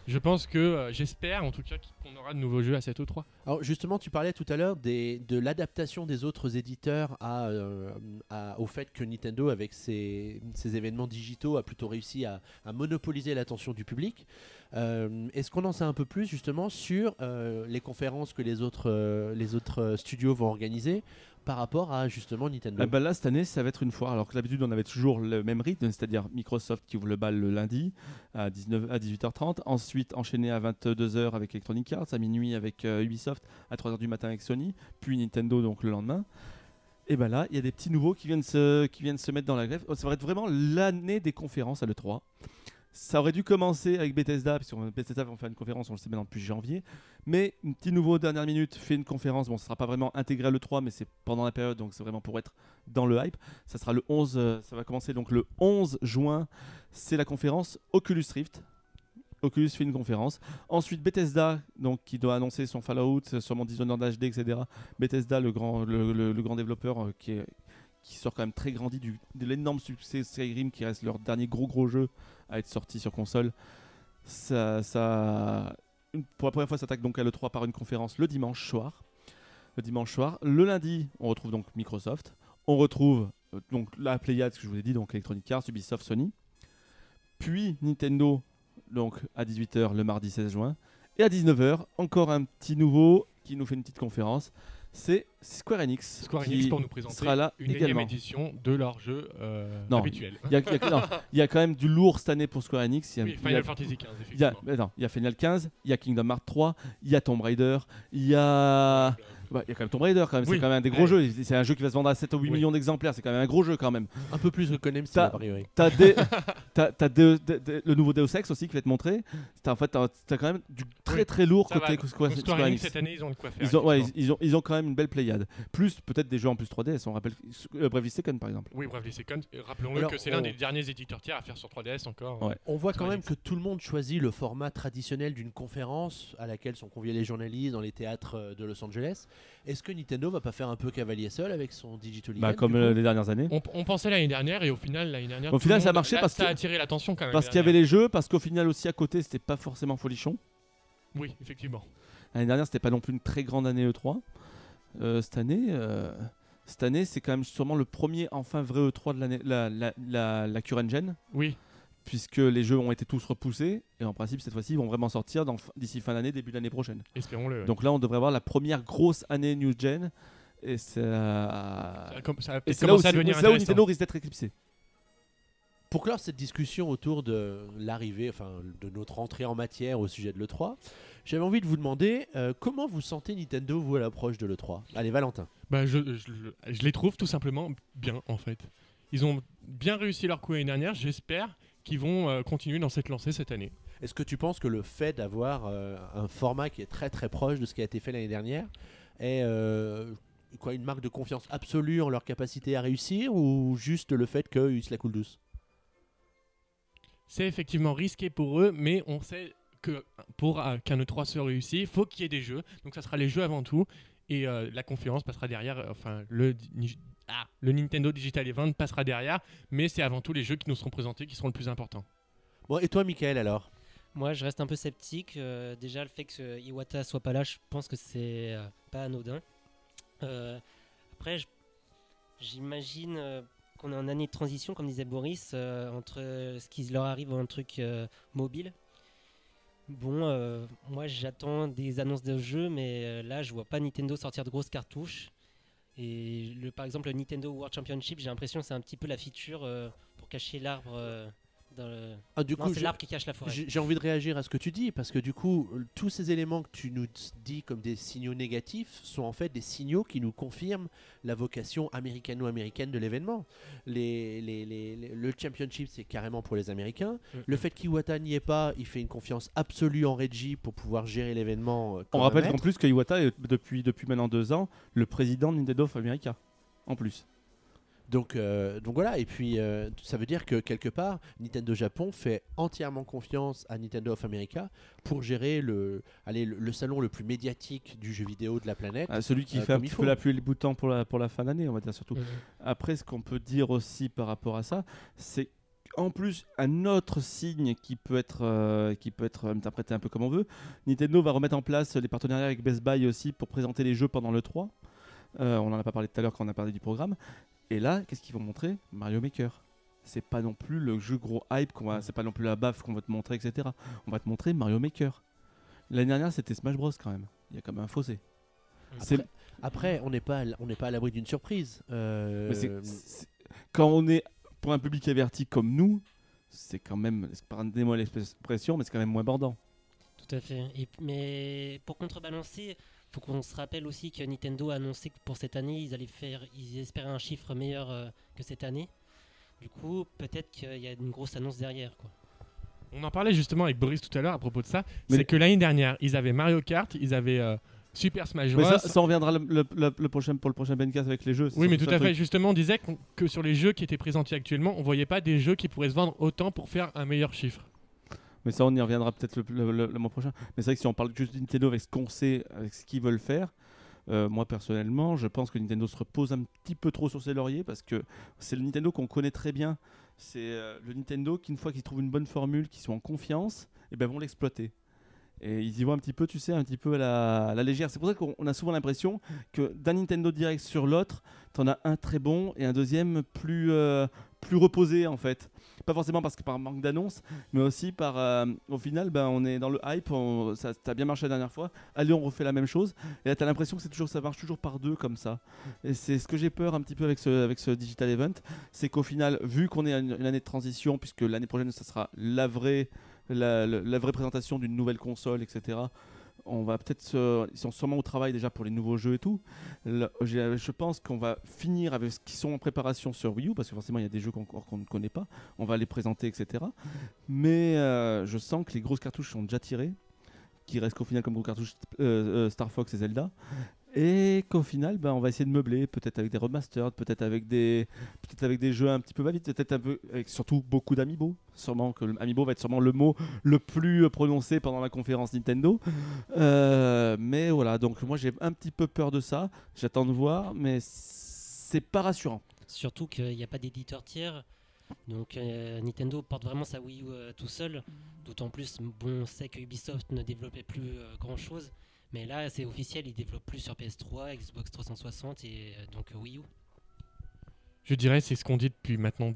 je pense que euh, j'espère en tout cas qu'on aura de nouveaux jeux à cette E E3.
Alors, justement, tu parlais tout à l'heure des- de l'adaptation des autres éditeurs à, euh, à- au fait que Nintendo, avec ses, ses événements digitaux, a plutôt réussi à, à monopoliser l'attention du public. Euh, Est-ce qu'on en sait un peu plus justement sur euh, les conférences que les autres, euh, les autres euh, studios vont organiser par rapport à justement Nintendo
Ah bah là, cette année, ça va être une foire. Alors que d'habitude, on avait toujours le même rythme, c'est-à-dire Microsoft qui ouvre le bal le lundi à, 19, à 18h30, ensuite enchaîné à 22h avec Electronic Arts, à minuit avec euh, Ubisoft, à 3h du matin avec Sony, puis Nintendo donc le lendemain. Et ben là, il y a des petits nouveaux qui viennent se, qui viennent se mettre dans la grève. Oh, Ça va être vraiment l'année des conférences à l'E3. Ça aurait dû commencer avec Bethesda, puisque Bethesda va faire une conférence, on le sait maintenant depuis janvier. Mais un petit nouveau, dernière minute, fait une conférence. Bon, ce sera pas vraiment intégré à l'E3, mais c'est pendant la période, donc c'est vraiment pour être dans le hype. Ça sera le 11, euh, ça va commencer donc le 11 juin. C'est la conférence Oculus Rift. Oculus fait une conférence. Ensuite, Bethesda, donc, qui doit annoncer son Fallout, euh, sûrement Dishonored HD, etc. Bethesda, le grand, le, le- le grand développeur euh, qui, est- qui sort quand même très grandi du, de l'énorme succès Skyrim, qui reste leur dernier gros gros jeu à être sorti sur console. Ça, ça, une- pour la première fois, s'attaque donc à l'E3 par une conférence le dimanche soir. Le dimanche soir. Le lundi, on retrouve donc Microsoft. On retrouve euh, donc la Pléiade, ce que je vous ai dit, donc Electronic Arts, Ubisoft, Sony. Puis Nintendo, donc à 18h le mardi 16 juin. Et à 19h, encore un petit nouveau qui nous fait une petite conférence. C'est Square Enix.
Square
qui
Enix pour nous présenter
sera là
une énième
également.
édition de leur jeu euh,
Non.
habituel.
Il y, a, il y a- non, il y a quand même du lourd cette année pour Square Enix. Il y a-
Oui,
il y a-
Final Fantasy XV,
il y a,
effectivement.
mais non, il y a Final 15, il y a Kingdom Hearts 3, il y a Tomb Raider, il y a. Bah, il y a quand même Tomb Raider quand même,
Oui.
c'est quand même un des gros
Ouais.
jeux. C'est un jeu qui va se vendre à 7 ou 8
Oui.
millions d'exemplaires, c'est quand même un gros jeu quand même.
Un peu plus que Conem,
T'as-
a priori.
T'as des- t'as- t'as des- des- des- le nouveau Deus Ex aussi qui va te montrer. T'as- en fait, t'as t'as quand même du très
Oui.
très lourd
Ça
côté
va.
Squ- Square,
Donc,
Square Enix.
cette année, ils ont de quoi faire.
Ils ont, ouais,
effectivement.
ils- ils ont, ils ont quand même une belle pléiade. Plus peut-être des jeux en plus 3DS, on rappelle euh, Bravely Second par exemple.
Oui, Bravely Second, euh, rappelons-le
Alors,
que c'est l'un
on-
des derniers éditeurs tiers à faire sur 3DS encore. euh,
Ouais.
On voit quand
Square
même
Enix.
que tout le monde choisit le format traditionnel d'une conférence à laquelle sont conviés les journalistes dans les théâtres euh, de Los Angeles. Est-ce que Nintendo va pas faire un peu cavalier seul avec son Digital
Bah,
Event,
comme
du coup
euh, les dernières années.
On, on pensait l'année dernière et au final, l'année dernière.
Au
tout
final,
le
ça a
monde-
marché
là,
parce
ça a
que-
attiré l'attention quand même.
Parce qu'il y avait les jeux, parce qu'au final aussi à côté c'était pas forcément folichon.
les. Oui, effectivement.
L'année dernière, c'était pas non plus une très grande année E3. Euh, cette année, euh, cette année, c'est quand même sûrement le premier enfin vrai E3 de l'année, la, la, la, la current gen,
Oui,
puisque les jeux ont été tous repoussés et en principe cette fois-ci, ils vont vraiment sortir dans- d'ici fin d'année, début de l'année prochaine.
espérons-le. ouais.
Donc là, on devrait avoir la première grosse année new gen et ça.
Ça a com- ça a
Et
peut-être
c'est là, où,
commencé à
c'est-
devenir
c'est là où
intéressant.
Nintendo risque d'être éclipsé.
Pour clore cette discussion autour de l'arrivée, enfin de notre entrée en matière au sujet de l'E3, j'avais envie de vous demander euh, comment vous sentez Nintendo, vous, à l'approche de l'E3 Allez, Valentin.
Bah, je, je- je les trouve tout simplement bien en fait. Ils ont bien réussi leur coup l'année dernière. J'espère qu'ils vont euh, continuer dans cette lancée cette année.
Est-ce que tu penses que le fait d'avoir euh, un format qui est très très proche de ce qui a été fait l'année dernière est euh, quoi, une marque de confiance absolue en leur capacité à réussir ou juste le fait qu'ils se la coulent douce
C'est effectivement risqué pour eux, mais on sait que pour euh, qu'un E3 se réussisse, il faut qu'il y ait des jeux. Donc ça sera les jeux avant tout. Et euh, la conférence passera derrière, euh, enfin le, di- ni- ah, le Nintendo Digital Event passera derrière, mais c'est avant tout les jeux qui nous seront présentés qui seront le plus important.
Bon, et toi, Michael, alors
Moi, je reste un peu sceptique. Euh, déjà, le fait que ce Iwata soit pas là, je pense que c'est euh, pas anodin. Euh, après, je- j'imagine euh, qu'on est en année de transition, comme disait Boris, euh, entre euh, ce qui leur arrive en truc euh, mobile. Bon, euh, moi, j'attends des annonces de jeux, mais euh, là, je vois pas Nintendo sortir de grosses cartouches. Et le, par exemple, le Nintendo World Championship, j'ai l'impression que c'est un petit peu la feature euh, pour cacher l'arbre. euh, dans le...
Ah, du
Non,
coup,
c'est
je-
l'arbre qui cache la forêt.
J'ai j'ai envie de réagir à ce que tu dis, parce que du coup, l- tous ces éléments que tu nous t- dis comme des signaux négatifs sont en fait des signaux qui nous confirment la vocation américano-américaine de l'événement. Les- les- les- les- le championship, c'est carrément pour les Américains.
Mm.
Le fait qu'Iwata n'y est pas, il fait une confiance absolue en Reggie pour pouvoir gérer l'événement. euh,
On
comme un
rappelle
maître.
qu'en plus que Iwata est depuis, depuis maintenant deux ans le président de Nintendo of America. En plus.
Donc, euh, donc voilà, et puis euh, ça veut dire que quelque part, Nintendo Japon fait entièrement confiance à Nintendo of America pour gérer le, allez, le, le salon le plus médiatique du jeu vidéo de la planète.
Ah, celui qui
Euh,
fait un
comme il
petit
faut.
peu la pluie et le bouton pour la, pour la fin d'année, on va dire surtout.
Mhm.
Après, ce qu'on peut dire aussi par rapport à ça, c'est en plus un autre signe qui peut être euh, qui peut être interprété un peu comme on veut. Nintendo va remettre en place les partenariats avec Best Buy aussi pour présenter les jeux pendant le 3. Euh, on en a pas parlé tout à l'heure quand on a parlé du programme. Et là, qu'est-ce qu'ils vont montrer Mario Maker. C'est pas non plus le jeu gros hype qu'on va, c'est pas non plus la baffe qu'on va te montrer, etc. On va te montrer Mario Maker. L'année dernière, c'était Smash Bros quand même. Il y a quand même un fossé. C'est-
Après, on n'est pas, à l- on n'est pas à l'abri d'une surprise. Euh,
Mais c'est- c'est- quand on est pour un public averti comme nous, c'est quand même, pardonnez-moi l'expression, mais c'est quand même moins bordant.
Tout à fait. Et, p- mais pour contrebalancer, faut qu'on se rappelle aussi que Nintendo a annoncé que pour cette année, ils allaient faire, ils espéraient un chiffre meilleur euh, que cette année. Du coup, peut-être qu'il y a une grosse annonce derrière, quoi.
On en parlait justement avec Boris tout à l'heure à propos de ça.
Mais-
C'est que l'année dernière, ils avaient Mario Kart, ils avaient euh, Super Smash Bros.
Mais ça, ça, on reviendra le, le- le- le prochain, pour le prochain Bencast avec les jeux. c'est
oui, mais
surtout
tout
ça
à
le
fait.
truc.
Justement, on disait qu'on- que sur les jeux qui étaient présentés actuellement, on voyait pas des jeux qui pourraient se vendre autant pour faire un meilleur chiffre.
Mais ça, on y reviendra peut-être le, le- le- le mois prochain. Mais c'est vrai que si on parle juste de Nintendo avec ce qu'on sait, avec ce qu'ils veulent faire, euh, moi personnellement, je pense que Nintendo se repose un petit peu trop sur ses lauriers parce que c'est le Nintendo qu'on connaît très bien. C'est euh, le Nintendo qui, une fois qu'ils trouvent une bonne formule, qu'ils sont en confiance, et ben vont l'exploiter. Et ils y vont un petit peu, tu sais, un petit peu à la, à la légère. C'est pour ça qu'on on a souvent l'impression que d'un Nintendo Direct sur l'autre, t'en as un très bon et un deuxième plus, euh, plus reposé en fait. Pas forcément parce que par manque d'annonce, mais aussi par. euh, au final, ben, on est dans le hype, on- ça, ça a bien marché la dernière fois. Allez, on refait la même chose. Et là, t'as l'impression que c'est toujours, ça marche toujours par deux comme ça. Et c'est ce que j'ai peur un petit peu avec ce, avec ce Digital Event, c'est qu'au final, vu qu'on est à une, une année de transition, puisque l'année prochaine, ça sera la vraie, la, le- la vraie présentation d'une nouvelle console, etc. On va peut-être, se- ils sont sûrement au travail déjà pour les nouveaux jeux et tout. Là, j'ai- je pense qu'on va finir avec ce qui sont en préparation sur Wii U, parce que forcément il y a des jeux qu'on qu'on ne connaît pas. On va les présenter, etc. Mais euh, je sens que les grosses cartouches sont déjà tirées, qui restent qu'au final comme gros cartouches euh, euh, Star Fox et Zelda. Et qu'au final, ben, on va essayer de meubler, peut-être avec des remasters, peut-être avec des, peut-être avec des jeux un petit peu va vite, peut-être un peu, avec surtout beaucoup d'amiibo. Sûrement que le- amiibo va être sûrement le mot le plus prononcé pendant la conférence Nintendo. Euh, mais voilà, donc moi j'ai un petit peu peur de ça. J'attends de voir, mais c'est pas rassurant.
Surtout qu'il n'y a pas d'éditeur tiers. Donc euh, Nintendo porte vraiment sa Wii U euh, tout seul. D'autant plus, bon, on sait que Ubisoft ne développait plus grand chose. Mais là, c'est officiel, ils développent plus sur PS3, Xbox 360 et euh, donc euh, Wii U.
Je dirais, c'est ce qu'on dit depuis maintenant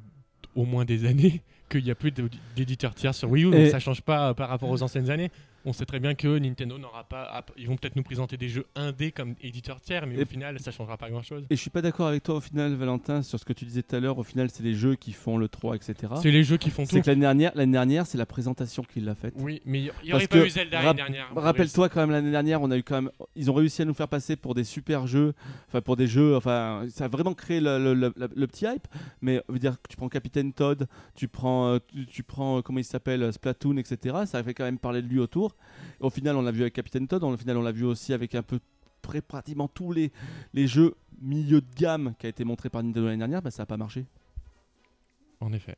au moins des années, qu'il n'y a plus d'audi- d'éditeurs tiers sur Wii U, mais
Et-
ça change pas euh, par rapport aux anciennes années. On sait très bien que Nintendo n'aura pas. app- Ils vont peut-être nous présenter des jeux indés comme éditeurs tiers, mais
Et-
au final, ça changera pas grand-chose.
Et je suis pas d'accord avec toi au final, Valentin, sur ce que tu disais tout à l'heure. Au final, c'est les jeux qui font le 3, etc.
C'est les jeux qui font
Ah. C'est
tout.
que l'année dernière, l'année dernière, c'est la présentation qui l'a faite.
Oui, mais il n'y
Parce
aurait pas
que
eu Zelda
rap-
l'année dernière. hein,
Rappelle-toi quand même l'année dernière, on a eu quand même, ils ont réussi à nous faire passer pour des super jeux, enfin pour des jeux, enfin ça a vraiment créé le, le- le- le- le petit hype. Mais on veut dire que tu prends Capitaine Todd, tu prends, euh, tu, tu prends euh, comment il s'appelle euh, Splatoon, etc. Ça a fait quand même parler de lui autour. Au final, on l'a vu avec Capitaine Todd, au final on l'a vu aussi avec un peu près pratiquement tous les, les jeux milieu de gamme qui a été montré par Nintendo l'année dernière, bah, ça n'a pas marché.
En effet.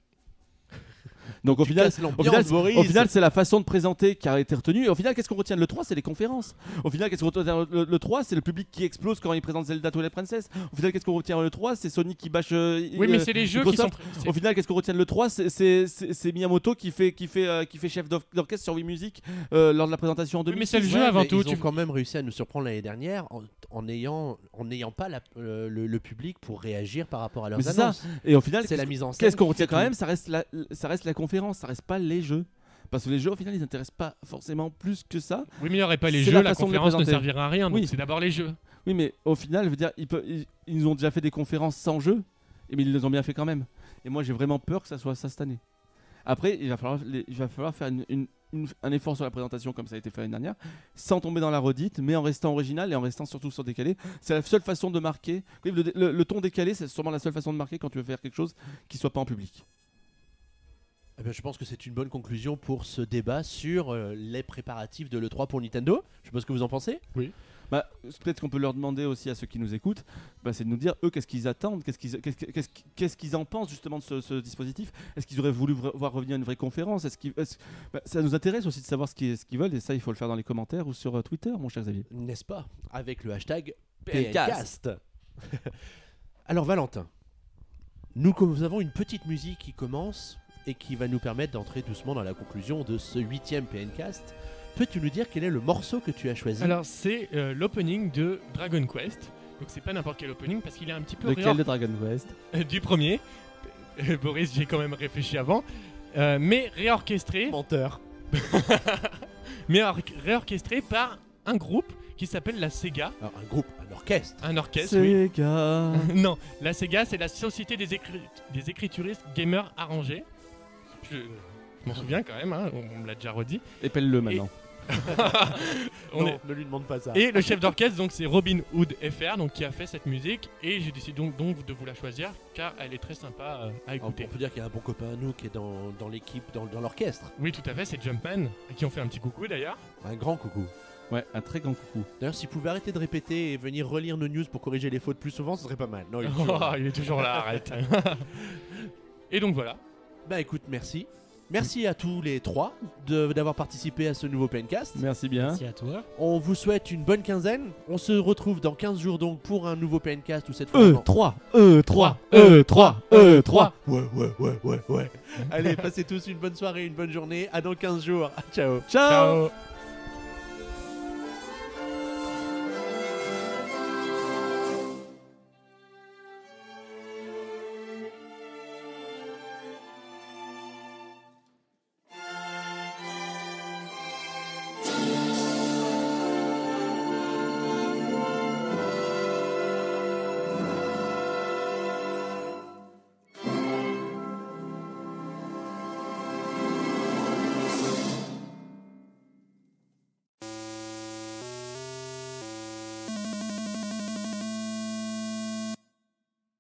Donc au
Tu
final,
casses
au
l'ambiance,
final,
Boris.
au final, c'est la façon de présenter qui a été retenue. Et au final, qu'est-ce qu'on retient de Le 3 C'est les conférences. Au final, qu'est-ce qu'on retient de le, le 3 C'est le public qui explose quand il présente Zelda Twilight Princess. Au final, qu'est-ce qu'on retient de le 3 C'est Sony qui bâche. euh,
Oui,
euh,
mais c'est les jeux qui sont.
Microsoft, au final, qu'est-ce qu'on retient de le 3 C'est- C'est c'est- c'est Miyamoto qui fait, qui fait, euh, qui fait chef d'or- d'orchestre sur Wii Music euh, lors de la présentation en
Oui,
2000.
mais c'est le
Ouais,
jeu avant
mais
tout.
Ils
tu-
ont quand même réussi à nous surprendre l'année dernière en- en n'ayant en n'ayant pas la- euh, le, le public pour réagir par rapport à
Mais
leurs
c'est ça.
annonces.
Et au final,
C'est la mise en scène.
qu'est-ce qu'on retient quand
tout.
même ça reste, la, ça reste la conférence, ça reste pas les jeux. Parce que les jeux, au final, ils n'intéressent pas forcément plus que ça.
Oui, mais il n'y aurait pas les
C'est
jeux,
la
la
façon de les
conférence ne
présenter.
servira à rien. Donc
Oui.
c'est d'abord les jeux.
Oui, mais au final, je veux dire, ils, peuvent- ils- ils nous ont déjà fait des conférences sans jeu, et- mais ils les ont bien fait quand même. Et moi, j'ai vraiment peur que ça soit ça cette année. Après, il va falloir, les- il va falloir faire une- une- une- un effort sur la présentation, comme ça a été fait l'année dernière, sans tomber dans la redite, mais en restant original et en restant surtout sur décalé. C'est la seule façon de marquer. Oui, Le, le- le ton décalé, c'est sûrement la seule façon de marquer quand tu veux faire quelque chose qui soit pas en public.
Eh ben, je pense que c'est une bonne conclusion pour ce débat sur euh, les préparatifs de l'E3 pour Nintendo. Je sais pas ce que vous en pensez.
Bah, c'est peut-être qu'on peut leur demander aussi à ceux qui nous écoutent, bah, c'est de nous dire eux qu'est-ce qu'ils attendent, qu'est-ce qu'ils qu'est-ce que- qu'est-ce qu'- qu'est-ce qu'ils en pensent justement de ce, ce dispositif. Est-ce qu'ils auraient voulu vra- voir revenir une vraie conférence Est-ce qu'ils- est-ce- bah, ça nous intéresse aussi de savoir ce qu'ils ce qu'ils veulent et ça il faut le faire dans les commentaires ou sur euh, Twitter, mon cher Xavier.
N'est-ce pas Avec le hashtag
PNcast.
PNcast. Alors Valentin, nous, com- nous avons une petite musique qui commence et qui va nous permettre d'entrer doucement dans la conclusion de ce huitième PNcast. Peux-tu nous dire quel est le morceau que tu as choisi
Alors c'est euh, l'opening de Dragon Quest. Donc c'est pas n'importe quel opening parce qu'il est un petit peu
Lequel de Dragon Quest
réor- du premier. Euh, Boris, j'ai quand même réfléchi avant. Euh, mais réorchestré,
Menteur.
mais or- réorchestré par un groupe qui s'appelle la Sega,
Alors, Ah, un groupe, un orchestre.
un orchestre. oui.
Sega.
non, la Sega, c'est la Société des, écri- des écrituristes gamers arrangés. Je, je m'en souviens quand même, hein, on, on me l'a déjà redit.
Épelle-le maintenant.
On est-
ne lui demande pas ça.
Et le chef d'orchestre, donc c'est Robin Hood FR, donc qui a fait cette musique, et j'ai décidé donc, donc de vous la choisir car elle est très sympa euh, à
Ah, on
écouter.
peut dire qu'il y a un bon copain à nous qui est dans, dans l'équipe, dans, dans l'orchestre.
Oui, tout à fait, c'est Jumpman à qui on fait un petit coucou d'ailleurs.
Un grand coucou.
Ouais, un très grand coucou.
D'ailleurs, si vous pouvez arrêter de répéter et venir relire nos news pour corriger les fautes plus souvent, ce serait pas mal. Non, il est toujours
Oh,
là.
il est toujours là, arrête. et donc voilà.
Bah écoute, merci. Merci à tous les trois de- d'avoir participé à ce nouveau Pencast.
Merci bien.
Merci à toi.
On vous souhaite une bonne quinzaine. On se retrouve dans 15 jours donc pour un nouveau Pencast ou cette fois. vraiment-
E3, E3, E3, E3.
Ouais, ouais, ouais, ouais, ouais. Allez, passez tous une bonne soirée, une bonne journée. À dans 15 jours. Ciao.
Ciao
Ciao.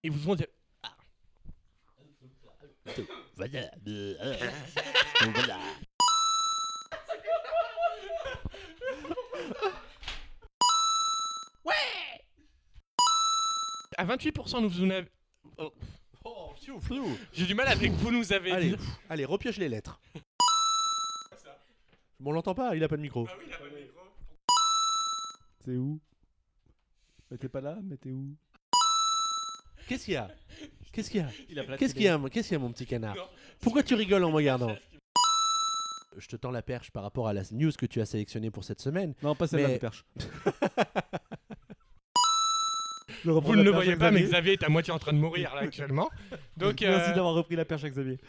Et vous vont dire.
Voilà.
À 28%, nous vous en avez. Oh,
Oh, fiou, fiou.
J'ai du mal avec vous, nous avez dit.
Allez, pff, allez, repioche les lettres. Bon, on l'entend pas, il a pas de micro.
C'est où Mais t'es pas là, mais t'es où
Qu'est-ce qu'il y a Qu'est-ce qu'il y a
Il a
Qu'est-ce qu'il y a, mon- qu'est-ce qu'il y a, mon petit canard
Non.
Pourquoi tu rigoles en me regardant Je te tends la perche par rapport à la news que tu as sélectionnée pour cette semaine.
Non, pas celle-là,
Mais-
mais... perche.
Vous ne le voyez pas, mais Xavier est à moitié en train de mourir là actuellement. Donc, euh,
Merci d'avoir repris la perche à Xavier.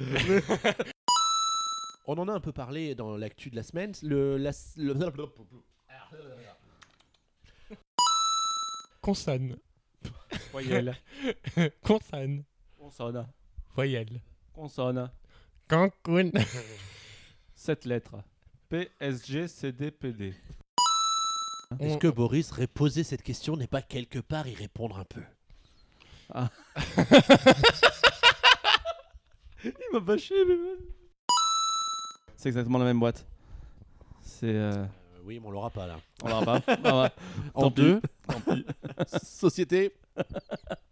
On en a un peu parlé dans l'actu de la semaine. Le, la- le-
consonne, consonne,
Consonne.
voyelle.
Consonne.
Cancun.
7 lettres. PSG, CD, PD.
Est-ce
On-
que Boris reposer cette question n'est pas quelque part y répondre un peu
Il m'a bâché, mais... C'est exactement la même boîte. C'est... Euh...
Euh, Oui, mais on l'aura pas là.
On l'aura pas. Ah ouais.
En
Tant pis.
deux. Société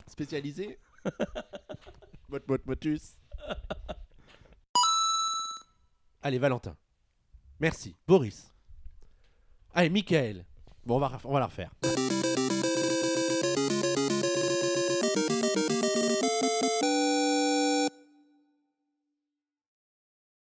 spécialisée. Mot, mot, motus. Allez, Valentin. Merci. Boris. Allez, Michael. Bon, on va, ref- on va la refaire.